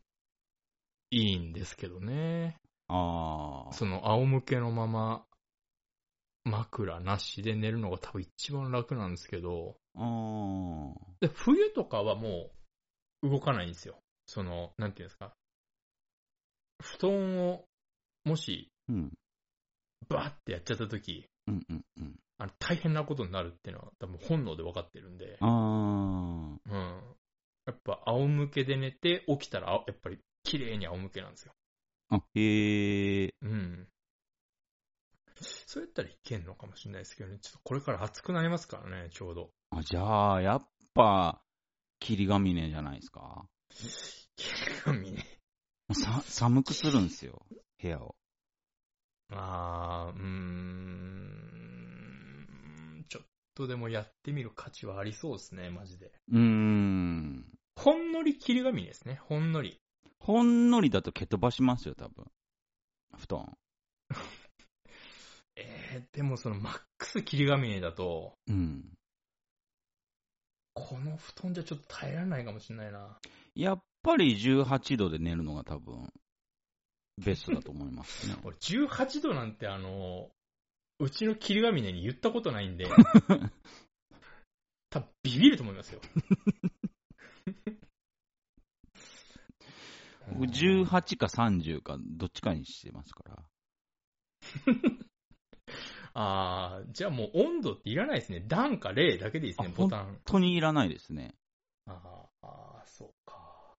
B: いいんですけどね。
A: ああ。
B: その仰向けのまま枕なしで寝るのが多分一番楽なんですけど、
A: あー
B: で冬とかはもう動かないんですよ。その、なんていうんですか。布団をもし
A: うん。
B: バーってやっちゃった時、
A: うんうんうん。
B: あの大変なことになるっていうのは多分本能で分かってるんで、
A: ああ。
B: うん。やっぱ仰向けで寝て起きたらあやっぱり綺麗に仰向けなんですよ。
A: あ、へえ。
B: うん。そうやったらいけんのかもしれないですけどね。ちょっとこれから暑くなりますからね、ちょうど。
A: あ、じゃあ、やっぱ、霧ヶ峰じゃないですか。
B: 髪ね。
A: さ、寒くするんですよ。部屋を。
B: あー、うーん。ちょっとでもやってみる価値はありそうですね、マジで。
A: うーん。
B: ほんのり霧紙ですね、ほんのり。
A: ほんのりだと蹴飛ばしますよ、多分。布団。
B: えー、でもそのマックス霧紙だと、
A: うん。
B: この布団じゃちょっと耐えられないかもしれないな。。
A: やっぱり18度で寝るのが多分、ベストだと思います ね
B: 俺、18度なんてあの、うちの霧紙に言ったこと ないんで、多分ビビると思い ますよ。
A: 僕18か30か、どっちかにしてますから。
B: あー、じゃあもう温度っていらないですね。暖か0だけでいいですね、
A: あ
B: ボタン。
A: 本当にいらないですね。
B: あーあー、そうか。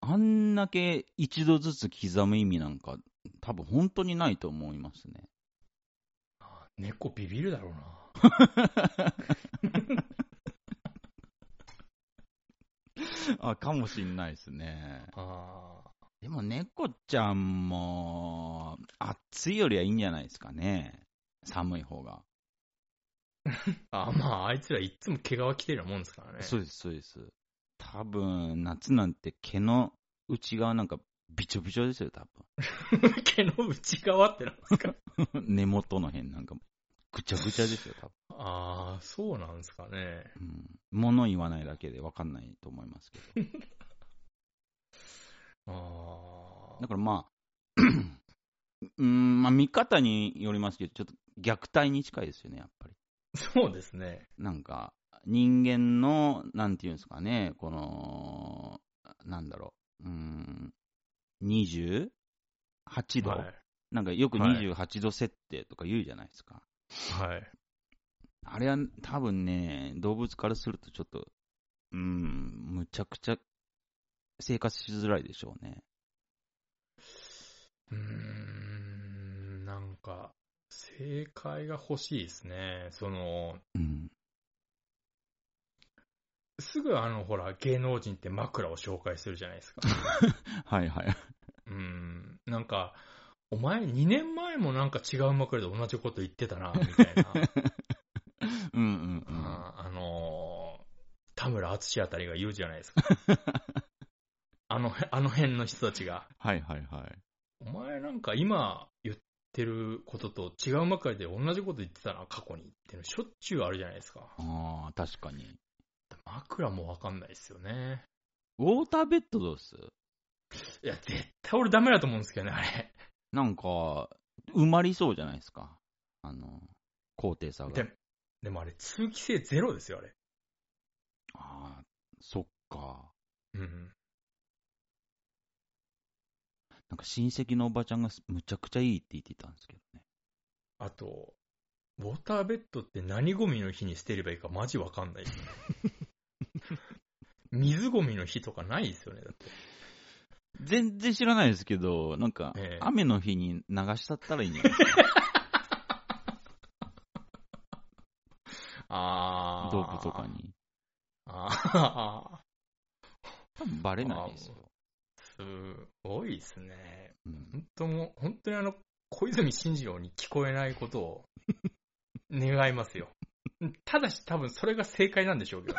A: あんだけ一度ずつ刻む意味なんか、多分本当にないと思いますね。
B: あー猫ビビるだろうな。
A: あ、かもしんないですね。
B: ああ。
A: でも猫ちゃんも、暑いよりはいいんじゃないですかね。寒い方 が。
B: あまあ、あいつらいっつも毛皮着てるようなもんですからね。
A: そうです、そうです。多分、夏なんて毛の内側なんかびちょびちょですよ、多
B: 毛の内側ってなんですか
A: 分。 根元の辺なんかも。ぐちゃぐちゃですよ、多分。
B: ああ、そうなんですかね。
A: うん。物言わないだけで分かんないと思いますけど。
B: あ
A: だからまあ、 うん、まあ見方によりますけど、ちょっと虐待に近いですよね、やっぱり。
B: あ。そうですね。
A: なんか、人間の、なんていうんですかね、この、なんだろう、うーん、28度、
B: はい。
A: なんかよく
B: はい
A: 28度設定とか言うじゃないですか。
B: はい。
A: あれは多分ね、動物からするとちょっと、うーん、むちゃくちゃ生活しづらいでしょうね。
B: うーん、なんか、正解が欲しいですね。その、
A: うん。
B: すぐあの、ほら、芸能人って枕を紹介するじゃないですか。
A: はいはい。
B: うん、なんか、お前2年前もなんか違う枕で同じこと言ってたな、みたいな。
A: うんうん
B: う
A: うんん。
B: あのー田村淳あたりが言うじゃないですか。あの、あの辺の人たちが。
A: はいはいはい。
B: お前なんか今言ってることと違う枕で同じこと言ってたな、過去に。ってのしょっちゅうあるじゃないですか。
A: ああ、確かに。
B: 枕もわかんないですよね。
A: ウォーターベッドどうっす
B: いや、絶対俺ダメだと思うんですけどね、あれ。
A: なんか、埋まりそうじゃないですか。あの、高低差が
B: で。でもあれ、通気性ゼロですよ、あれ。
A: ああ、そっか。
B: うん。
A: なんか親戚のおばちゃんがすむちゃくちゃいいって言ってたんですけどね。
B: あと、ウォーターベッドって何ゴミの日に捨てればいいかマジわかんないですね。水ゴミの日とかないですよね、だって。
A: 全然知らないですけど、なんか
B: ええ、
A: 雨の日に流しちゃったらいいんじゃないですか。
B: あ
A: 道具とか。に。
B: あ
A: 多分バレないですよ。
B: ーすごいですね。
A: うん、
B: 本当もう、本当にあの、小泉進次郎に聞こえないことを願いますよ。ただし多分それが正解なんでしょうけど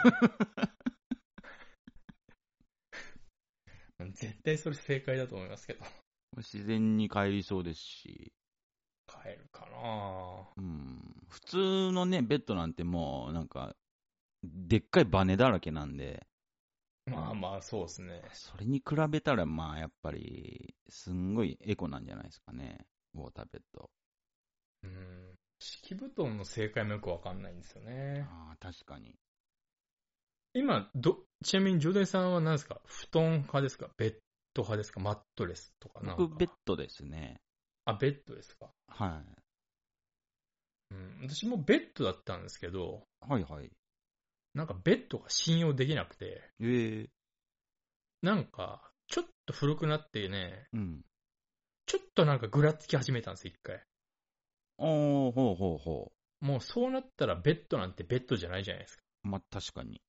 B: ね、絶対それ正解だと思いますけど。
A: 自然に帰りそうですし、
B: 帰るかな
A: うん、普通のね、ベッドなんてもう、なんか、でっかいバネだらけなんで、
B: まあまあ、そうですね。
A: それに比べたら、まあ、やっぱり、すんごいエコなんじゃないですかね。ウォーターベッド。
B: うん。敷布団の正解もよくわかんないんですよね。
A: ああ、確かに。
B: 今、ど、ちなみにジョデンさんは何ですか布団派ですかベッド派ですかマットレスとかなんか
A: 僕、ベッドですね。
B: あ、ベッドですか。
A: は
B: うん。私もベッドだったんですけど、
A: い。はいはい。
B: なんかベッドが信用できなくて、
A: ええ
B: なんか、ちょっと古くなってね、
A: うん。
B: ちょっとなんかぐらつき始めたんですよ、一回。
A: おー、ほうほうほ
B: もうそうなったらベッドなんてベッドじゃないじゃないですか。
A: う。まあ、確かに。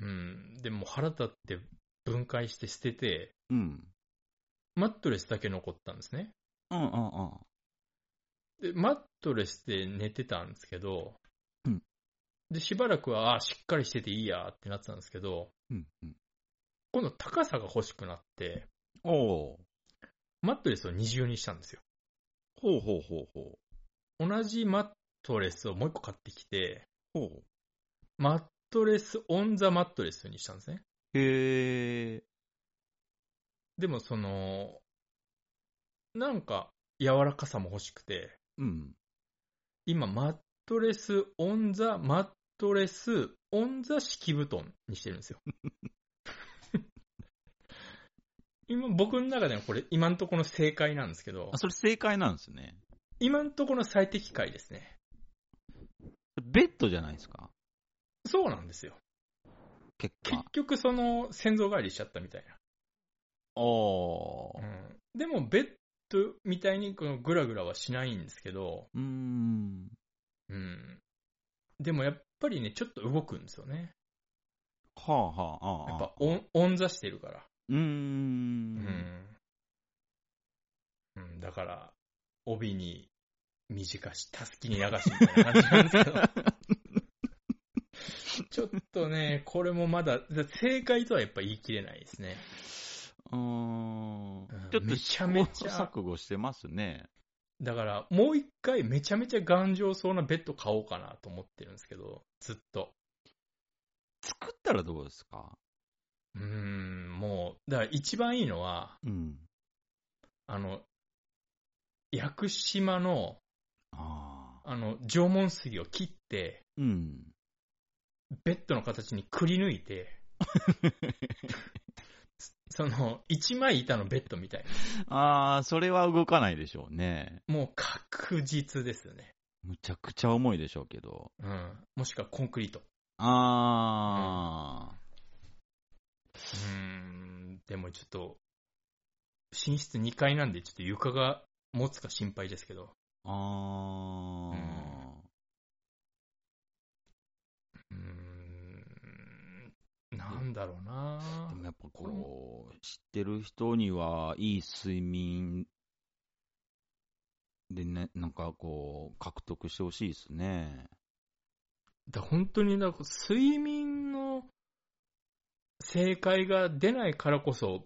B: うん。でも腹立って分解して捨てて、
A: うん。
B: マットレスだけ残ったんですね。
A: うんうんうん。
B: で、マットレスで寝てたんですけど、
A: うん
B: で、しばらくは、あーしっかりしてていいやーってなってたんですけど、
A: うんうん。
B: 今度高さが欲しくなって、
A: おー。
B: マットレスを二重にしたんですよ。
A: ほうほうほうほう。
B: 同じマットレスをもう一個買ってきて、
A: ほう。
B: マットレスオンザマットレスにしたんですね。
A: へえ。
B: でもその、なんか柔らかさも欲しくて、
A: うん。
B: 今マットレスオンザマットレスオンザ敷布団にしてるんで すよ。今僕の中ではこれ今んところの正解なんですけど
A: あ、、それ正解なんですね。
B: 今んところの最適解ですね。
A: ベッドじゃないですか。
B: そうなんですよ。
A: 結
B: 結
A: 果。
B: 局その先祖返りしちゃったみたいな。
A: おー。
B: でも、ベッドみたいにこのグラグラはしないんですけど、
A: うーん。
B: うん。でもやっぱりね、ちょっと動くんですよね。
A: はあはあ、ああ。
B: やっぱオン、オンザしてるから。
A: うー。
B: うんん。うん、だから、帯に短し、たすきに流しみたいな感じなんですけ ど。ちょっとね、これもまだ、だ正解とはやっぱ言い切れないですね。
A: うーん
B: うん
A: ちょっと
B: めちゃめちゃ
A: 試行錯誤してますね。
B: だから、もう一回めちゃめちゃ頑丈そうなベッド買おうかなと思ってるんですけど、ずっと。
A: 作ったらどうですか
B: うーん、もう、だから一番いいのは、
A: うん。
B: あの、屋久島の、
A: ああ。
B: あの、縄文杉を切って、
A: うん。
B: ベッドの形にくり抜いて、その、一枚板のベッドみたい
A: ああ、それは動かないでしょうね。
B: な。もう確実ですよね。
A: むちゃくちゃ重いでしょうけど。
B: うん。もしくはコンクリート。
A: ああ。
B: うーん。でもちょっと、寝室2階なんで、ちょっと床が持つか心配ですけど。
A: ああ。
B: うーん。なんだろうな
A: でもやっぱこう、知ってる人には、いい睡眠でね、なんかこう、獲得してほしいですね。
B: だ本当にだ睡眠の正解が出ないからこそ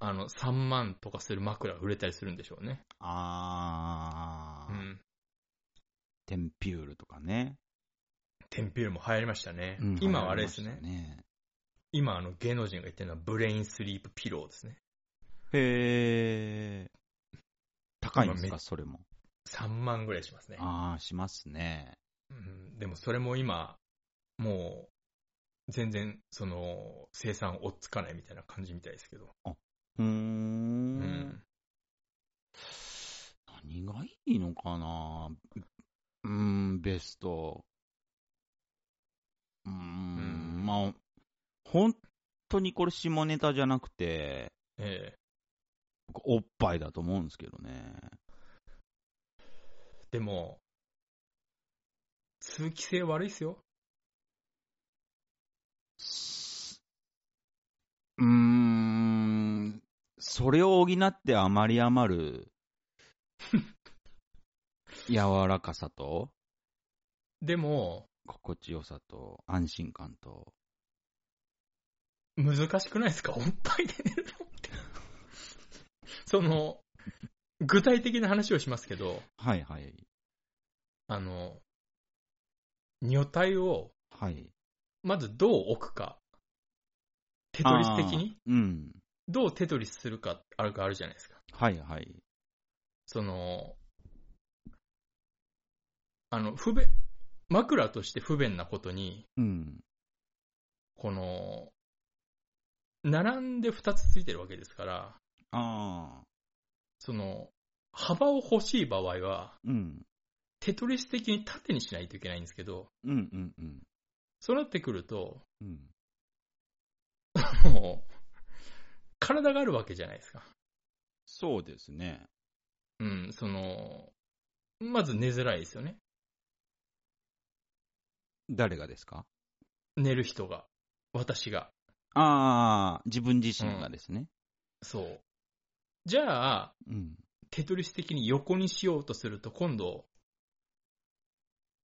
B: あの3万とかする枕が売れたりするんでしょうね、
A: あ
B: う
A: ー、
B: ん、
A: テンピュールとかね。
B: テンピュールも流行りましたね、
A: うん
B: 今はあれですね
A: 流行りましたね
B: 今あの芸能人が言ってるのはブレインスリープピローですね
A: へー。高いんです
B: 今
A: か、
B: め
A: それも。
B: 3万ぐらいしますね、
A: あー、しますね。
B: うん、でもそれも今もう全然その生産追っつかないみたいな感じみたいですけど、
A: うー
B: うんん。
A: 何がいいのかなうーん、ベスト。うーん、
B: うん
A: まあ、本当にこれ下ネタじゃなくて、
B: ええ
A: 僕おっぱいだと思うんですけどね。
B: でも通気性悪いっすよ
A: うーん、それを補って余り余る柔らかさと、
B: でも、
A: 心地よさと、安心感と。
B: 難しくないですかおっぱいで寝るのって。その、具体的な話をしますけど、
A: はいはい。
B: あの、女体を、
A: はい。
B: まずどう置くか。テトリス的に
A: あーうん。
B: どうテトリスするか、あるかあるじゃないですか。
A: はいはい。
B: その、あの、不便、枕として不便なことに、
A: うん。
B: この、並んで2つついてるわけですから、
A: ああ。
B: その、幅を欲しい場合は、
A: うん。
B: テトリス的に縦にしないといけないんですけど、
A: うんうんうん。
B: そうなってくると、
A: うん。
B: もう、体があるわけじゃないですか。
A: そうですね。
B: うん、その、まず寝づらいですよね。
A: 誰がですか
B: 寝る人が。私が。
A: ああ、自分自身がですね。
B: そう。じゃあ、
A: うん。
B: テトリス的に横にしようとすると、今度、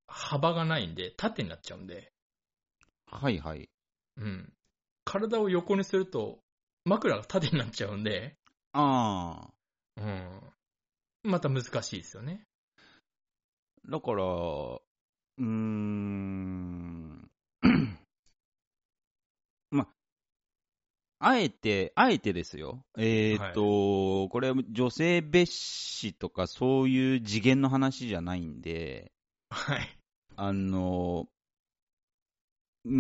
B: 幅がないんで、縦になっちゃうんで、
A: はいはい。
B: うん。体を横にすると、枕が縦になっちゃうんで、
A: ああ。
B: うん。また難しいですよね。
A: だから、うーん。 ま、あえて、あえてですよ。えーっと、これ、女性蔑視とかそういう次元の話じゃないんで、
B: はい。
A: あの、うー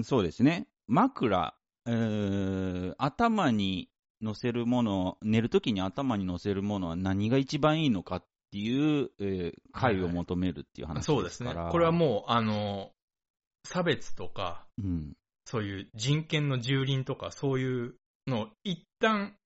A: ん、そうですね。枕、えー頭に乗せるもの、寝るときに頭に乗せるものは何が一番いいのかっていう、えー
B: はいはい
A: 解を求めるっていう話
B: そう
A: で
B: です
A: す
B: ね
A: から。。
B: これはもう、あの、差別とか、
A: う、ん、
B: そういう人権の蹂躙とか、そういうのを一旦、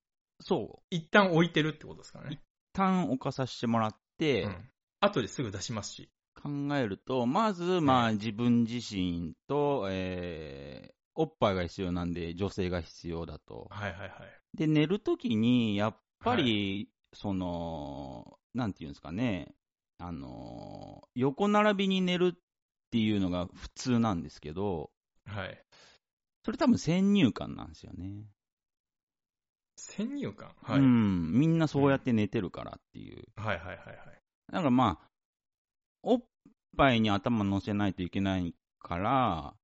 A: そう。
B: 一旦置いてるってことですからね。
A: 単をかさせてもらって、
B: うん。後ですぐ出しますし。
A: 考えると、まず、まあ、自分自身と、えーおっぱいが必要なんで、女性が必要だと。
B: はいはいはい。
A: で、寝るときに、やっぱり、その、なんていうんですかね、あの、横並びに寝るっていうのが普通なんですけど、
B: はい。
A: それ多分先入観なんですよね。
B: 先入観はい、
A: うん。みんなそうやって寝てるからっていう。
B: はいはいはいはい。
A: だからまあ、おっぱいに頭乗せないといけないから、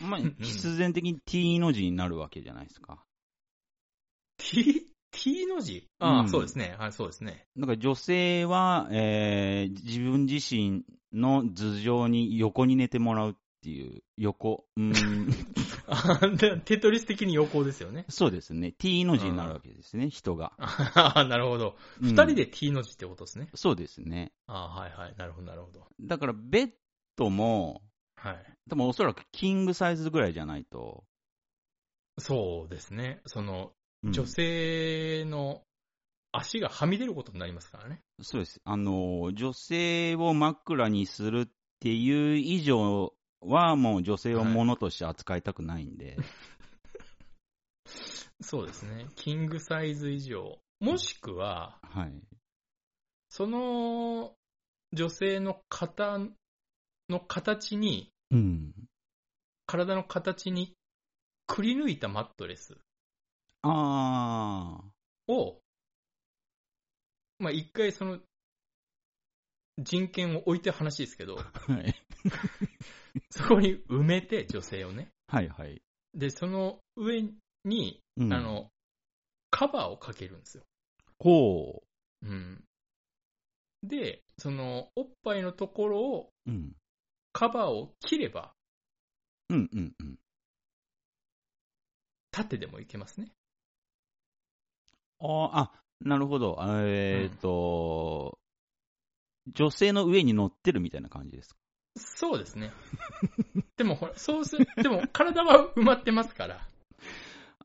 A: まあ
B: うん、
A: 必然的に T の字になるわけじゃないですか。
B: T、T の字ああ、
A: うん
B: そうですね。はい、そうですね。
A: だから女性は、えー自分自身の頭上に横に寝てもらうっていう、横、う ーん、
B: あでテトリス的に横ですよね。
A: そうですね、T の字になるわけですね、人が。
B: ああ、なるほど。
A: うん
B: 二、人で T の字ってことですね。
A: そうですね。
B: ああ、はいはい。なるほど、なるほど。
A: だからベッドも、
B: はい。
A: 多分おそらくキングサイズぐらいじゃないと。
B: そうですね。その、
A: うん
B: 女性の足がはみ出ることになりますからね。
A: そうです。あの、女性を枕にするっていう以上は、もう女性をものとして扱いたくないんで。
B: そうですね。キングサイズ以上。もしくは、
A: はい。
B: その女性の型の形に、
A: うん。
B: 体の形にくり抜いたマットレス
A: あ
B: を、まあ、一回その、人権を置いて話です けど、
A: ー。はい。
B: そこに埋めて女性をね。
A: はいはい。
B: で、その上に、
A: うん
B: あ、の、カバーをかけるんですよ。
A: ほ
B: うん。で、その、おっぱいのところを、
A: う。うん。
B: カバーを切れば、
A: うんうんうん。
B: 縦でもいけますね。
A: あーあ、なるほど。えっ、と、女性の上に乗ってるみたいな感じですか。
B: そうで すね。でも、ほら、そうする、でも、体は埋まってますから。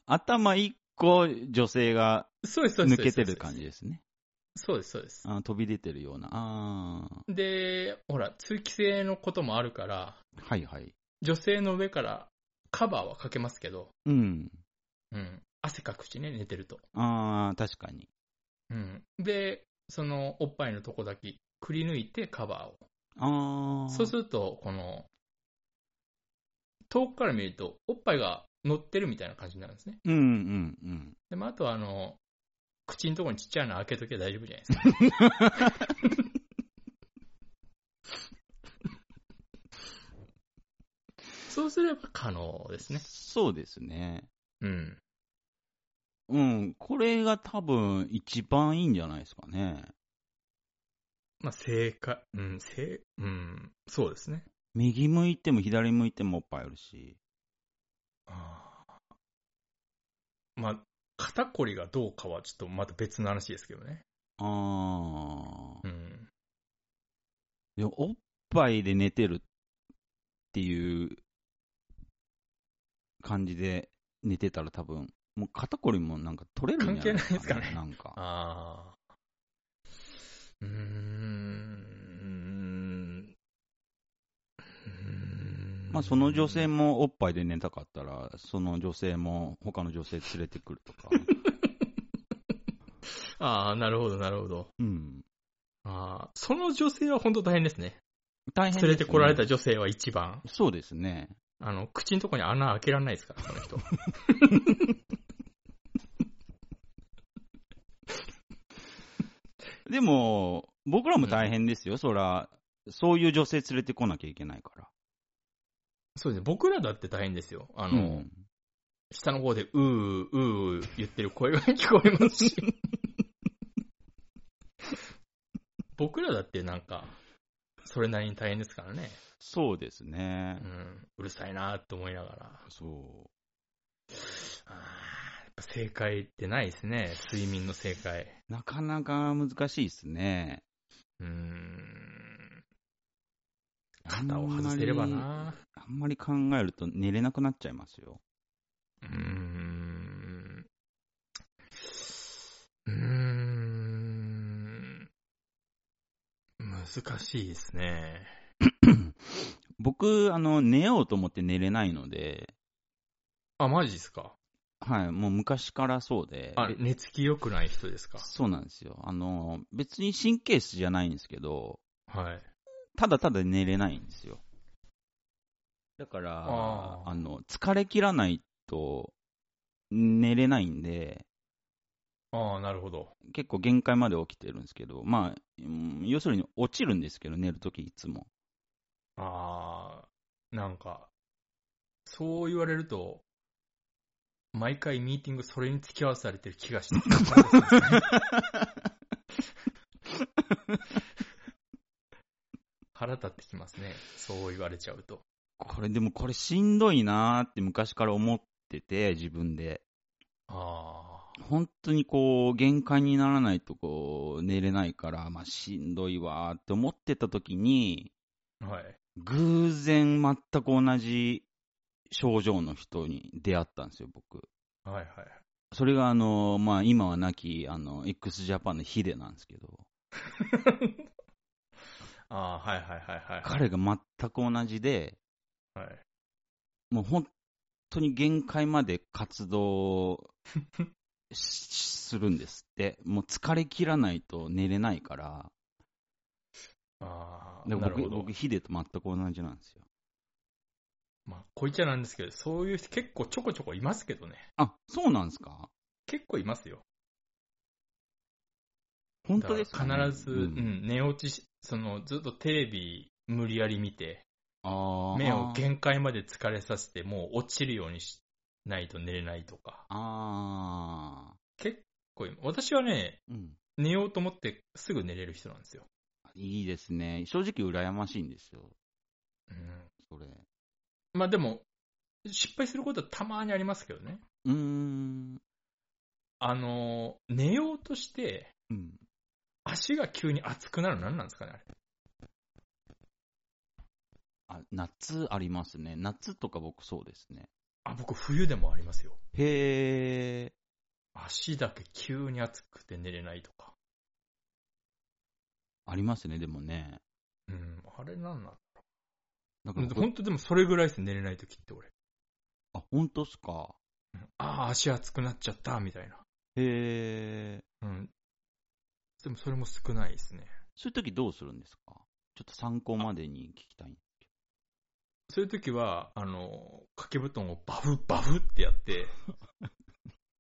A: 頭一個女性が
B: そうです、そうです。
A: 抜けてる感じですね。
B: そうです、そうです。
A: あー飛び出てるような。あ
B: で、ほら、通気性のこともあるから、
A: あ。はいはい。
B: 女性の上からカバーはかけますけど、
A: うん。
B: うん。汗かくしね、寝てると。
A: ああ、確かに。
B: うん。で、その、おっぱいのとこだけくり抜いてカバーを。
A: ああ。
B: そうすると、この、遠くから見ると、おっぱいが乗ってるみたいな感じになるんですね。
A: うんうんうん。
B: で、まあ、あとは、あの、口のところにちっちゃいの開けとけば大丈夫じゃないですか。そうすれば可能ですね。
A: そうですね。
B: うん。
A: うん、これが多分一番いいんじゃないですかね。
B: まあ、正解、うん、正、うん、そうですね。
A: 右向いても左向いてもおっぱいあるし。
B: あーまあ、肩こりがどうかはちょっとまた別の話ですけどね。
A: ああ。
B: うん。
A: でもおっぱいで寝てるっていう感じで寝てたら多分、もう肩こりもなんか取れるんじゃないですか
B: 関係ないです
A: ね。
B: かね
A: なんか。
B: ああ。うーん。
A: まあその女性
B: も。
A: もおっぱいで寝たかったら、その女性も他の女性連れてくる とか。
B: ああ、なるほど、なるほど。
A: うん。
B: ああ、その女性は本当大変ですね。
A: 大変ですね
B: 連れてこられた女性は一番。
A: そうですね。
B: あの、口のとこに穴開けられないですから、その人。
A: でも、僕らも大変ですよ、そら。そういう女性連れてこなきゃいけないか
B: そうですね。僕らだって大変ですよ。あ
A: ら。
B: の、
A: うん
B: 下の方で、うー、うー、うー言ってる声が聞こえますし。僕らだってなんか、それなりに大変ですからね。
A: そうです
B: う
A: ね。
B: ん、うるさいなーって思いながら。
A: そ
B: あーやっぱ正解ってないですね。睡眠の正解。
A: う。なかなか難しいですね。
B: うーん。肩を外せればな
A: あんまり。あんまり考えると寝れなくなっちゃいますよ。
B: うーん。うーん。難しいですね。
A: 僕、あの、寝ようと思って寝れないので、
B: あ、マジですか。
A: はい、もう昔からそうで、
B: あ
A: え、
B: 寝つき良くない人ですか。
A: そうなんですよ。あの、別に神経質じゃないんですけど、
B: はい。
A: ただただ寝れないんですよ。だから、
B: あ
A: あ
B: ー
A: の、疲れ切らないと寝れないんで、
B: ああ、なるほど。
A: 結構限界まで起きてるんですけど、まあ、うん要するに落ちるんですけど、寝るときいつも。
B: ああ、なんか、そう言われると、毎回ミーティングそれに付き合わされてる気がしてきた腹立ってきますね。そう言われちゃうと。
A: これでもこれしんどいなーって昔から思ってて、自分で。
B: ああ、
A: 本当にこう、限界にならないとこう、寝れないから、まあしんどいわーって思ってたときに、
B: はい。
A: 偶然全く同じ症状の人に出会ったんですよ、僕。
B: はいはい。
A: それがあの、まあ今は亡き、あの、x ジャパンのヒデなんですけど、
B: ああ、はいはいはいはい。
A: 彼が全く同じで、
B: はい、
A: もう本当に限界まで活動しするんですって、もう疲れ切らないと寝れないから、
B: ああ、
A: で
B: なるほ
A: 僕、
B: ど。
A: 僕、ヒデと全く同じなんですよ。
B: まあ、こいちゃなんですけど、そういう人結構ちょこちょこいますけどね。
A: あ、そうなんですか
B: 結構いますよ。
A: 本当ですか、
B: だから必ず、
A: う
B: うんん、寝落ちし、その、ずっとテレビ無理やり見て、
A: あー
B: 目を限界まで疲れさせて、もう落ちるようにしないと寝れないとか。
A: あ
B: 結構い、私はね、
A: ー、うん。
B: 寝ようと思ってすぐ寝れる人なんですよ。
A: いいですね。正直羨ましいんですよ。
B: うん。
A: それ。
B: まあでも、失敗することはたまにありますけどね。
A: うーん。
B: あの、寝ようとして、
A: うん。
B: 足が急に熱くなるの何なんですかね、あれ。
A: あ、夏ありますね。夏とか僕そうですね。
B: あ、僕冬でもありますよ。
A: へー。
B: 足だけ急に熱くて寝れないとか。
A: ありますね、でもね。
B: うん、あれなんなん
A: だから僕
B: 本当でもそれぐらいです寝れない時って俺。
A: あ、本当っすか。
B: うんああ、足熱くなっちゃった、みたいな。
A: へー。
B: うん。でもそれも少ないですね。
A: そういう時どうするんですかちょっと参考までに聞きたい。
B: そういう時は、あの、掛け布団をバフバフってやって、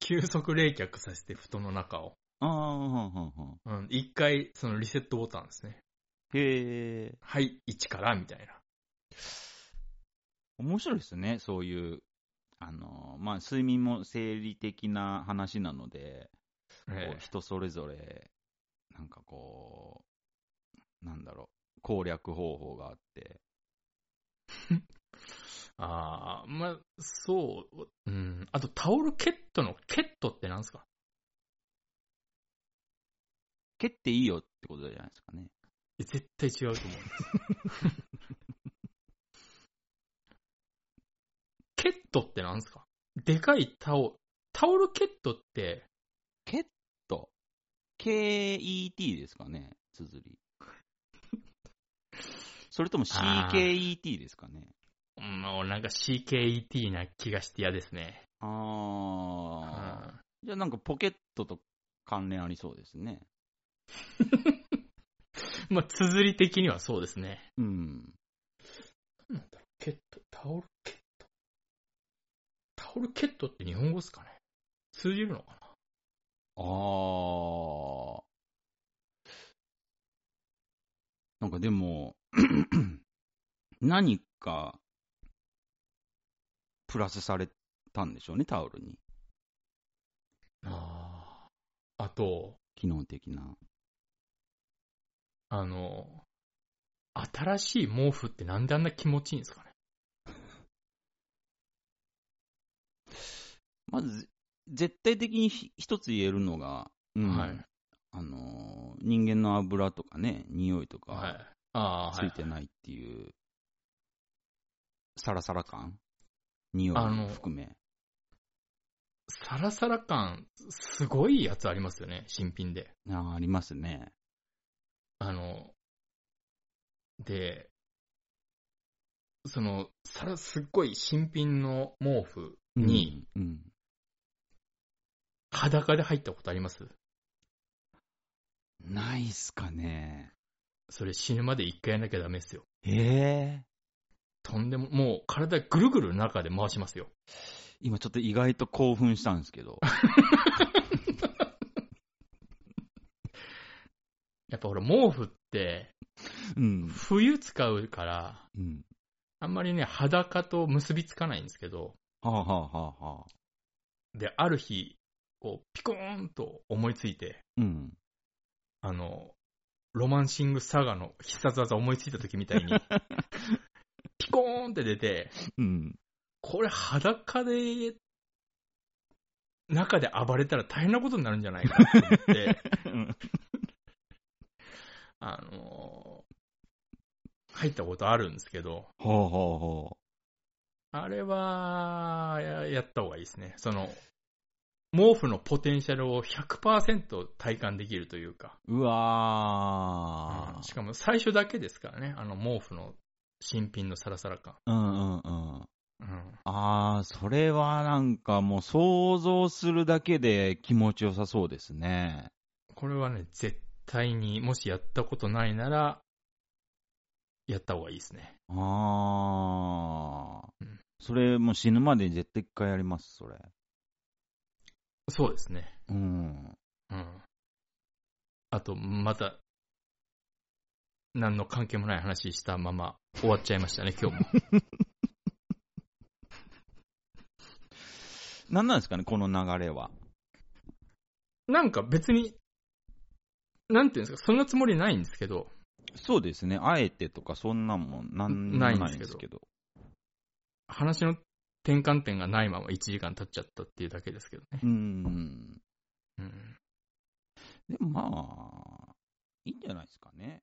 B: 急速冷却させて布団の中を。
A: あー、はんはんはん。
B: うん、一回、そのリセットボタンですね。
A: へー。
B: はい、1から、みたいな。
A: 面白いですね、そういう。あのーまあ、睡眠も生理的な話なので、こ
B: え
A: う
B: え
A: 人それぞれ、なんかこう、なんだろう、攻略方法があって。
B: ああ、まあ、そう、うん。あと、タオルケットのケットってなんですか
A: 蹴っていいよってことじゃないですかね。
B: 絶対違うと思うんです。 ケットってなんですかでかいタオル。タオルケットって、
A: ケット。K-E-T ですかね、綴り。それとも
B: あー
A: CKET ですかね。
B: もうなんか CKET な気がして嫌ですね。うん
A: ああ。じゃあなんかポケットと関連ありそうですね。
B: まあ、綴り的にはそうですね。
A: うん。
B: なんだろう、ケット、タオルケット。タオルケットって日本語ですかね通じるのかな
A: ああ。なんかでも、 何か、プラスされたんでしょうね、タオルに。
B: ああ。あと、
A: 機能的な。
B: あの、新しい毛布ってなんであんな気持ちいいんですかね
A: まず、ぜ絶対的にひ一つ言えるのが、うん
B: はい
A: あのー人間の油とかね、匂いと
B: はい
A: か、。
B: ああ、
A: つ
B: はい
A: い。てないっていう、サラサラ感匂
B: あの
A: い含め。
B: サラサラ感、すごいやつありますよね、新品で。
A: あーありますね。
B: あの、で、その、さら、すっごい新品の毛布に、
A: うんうん
B: 裸で入ったことあります
A: ないっすかね。
B: それ死ぬまで一回やんなきゃダメですよ。
A: ええ
B: とんでも、もう体ぐるぐる中で回しますよ。
A: 今ちょっと意外と興奮したんですけ ど。
B: やっぱほら、毛布って、
A: うん。
B: 冬使うから、
A: うん。
B: あんまりね、裸と結びつかないんですけど、
A: はあ、はあはあはあ、
B: で、ある日、こう、ピコーンと思いついて、
A: うん。
B: あの、ロマンシングサガの必殺技思いついた時みたいに、ピコーンって出て、
A: うん。
B: これ裸で、中で暴れたら大変なことになるんじゃないかなと思って、あの入ったことあるんですけど、
A: はあ、はあはあ。
B: あれは、ややった方がいいですね。その、毛布のポテンシャルを100%体感できるというか、
A: うわ
B: うんし
A: ー。
B: かも最初だけですからね、あの毛布の新品のサラサラ感。
A: うんうんうん。
B: うん、
A: あー、それはなんかもう想像するだけで気持ちよさそうですね。
B: これはね、絶対にもしやったことないなら、やった方がいいですね。
A: あー
B: うん。
A: それもう死ぬまでに絶対一回やります、それ。
B: そうですね。
A: うん。
B: うん。あと、また、何の関係もない話したまま終わっちゃいましたね、 今日も。
A: なんなんですかね、この流れは。
B: なんか別に、なんていうんですか、そんなつもりないんですけど、
A: そうですね、あえてとかそんなんもなんにも
B: ないん
A: な
B: で
A: い
B: す
A: ん
B: けど
A: ですけど。
B: 話の転換点がないまま1時間経っちゃったっていうだけですけどね。
A: うん。
B: うん
A: でもまあ、いいんじゃないですかね。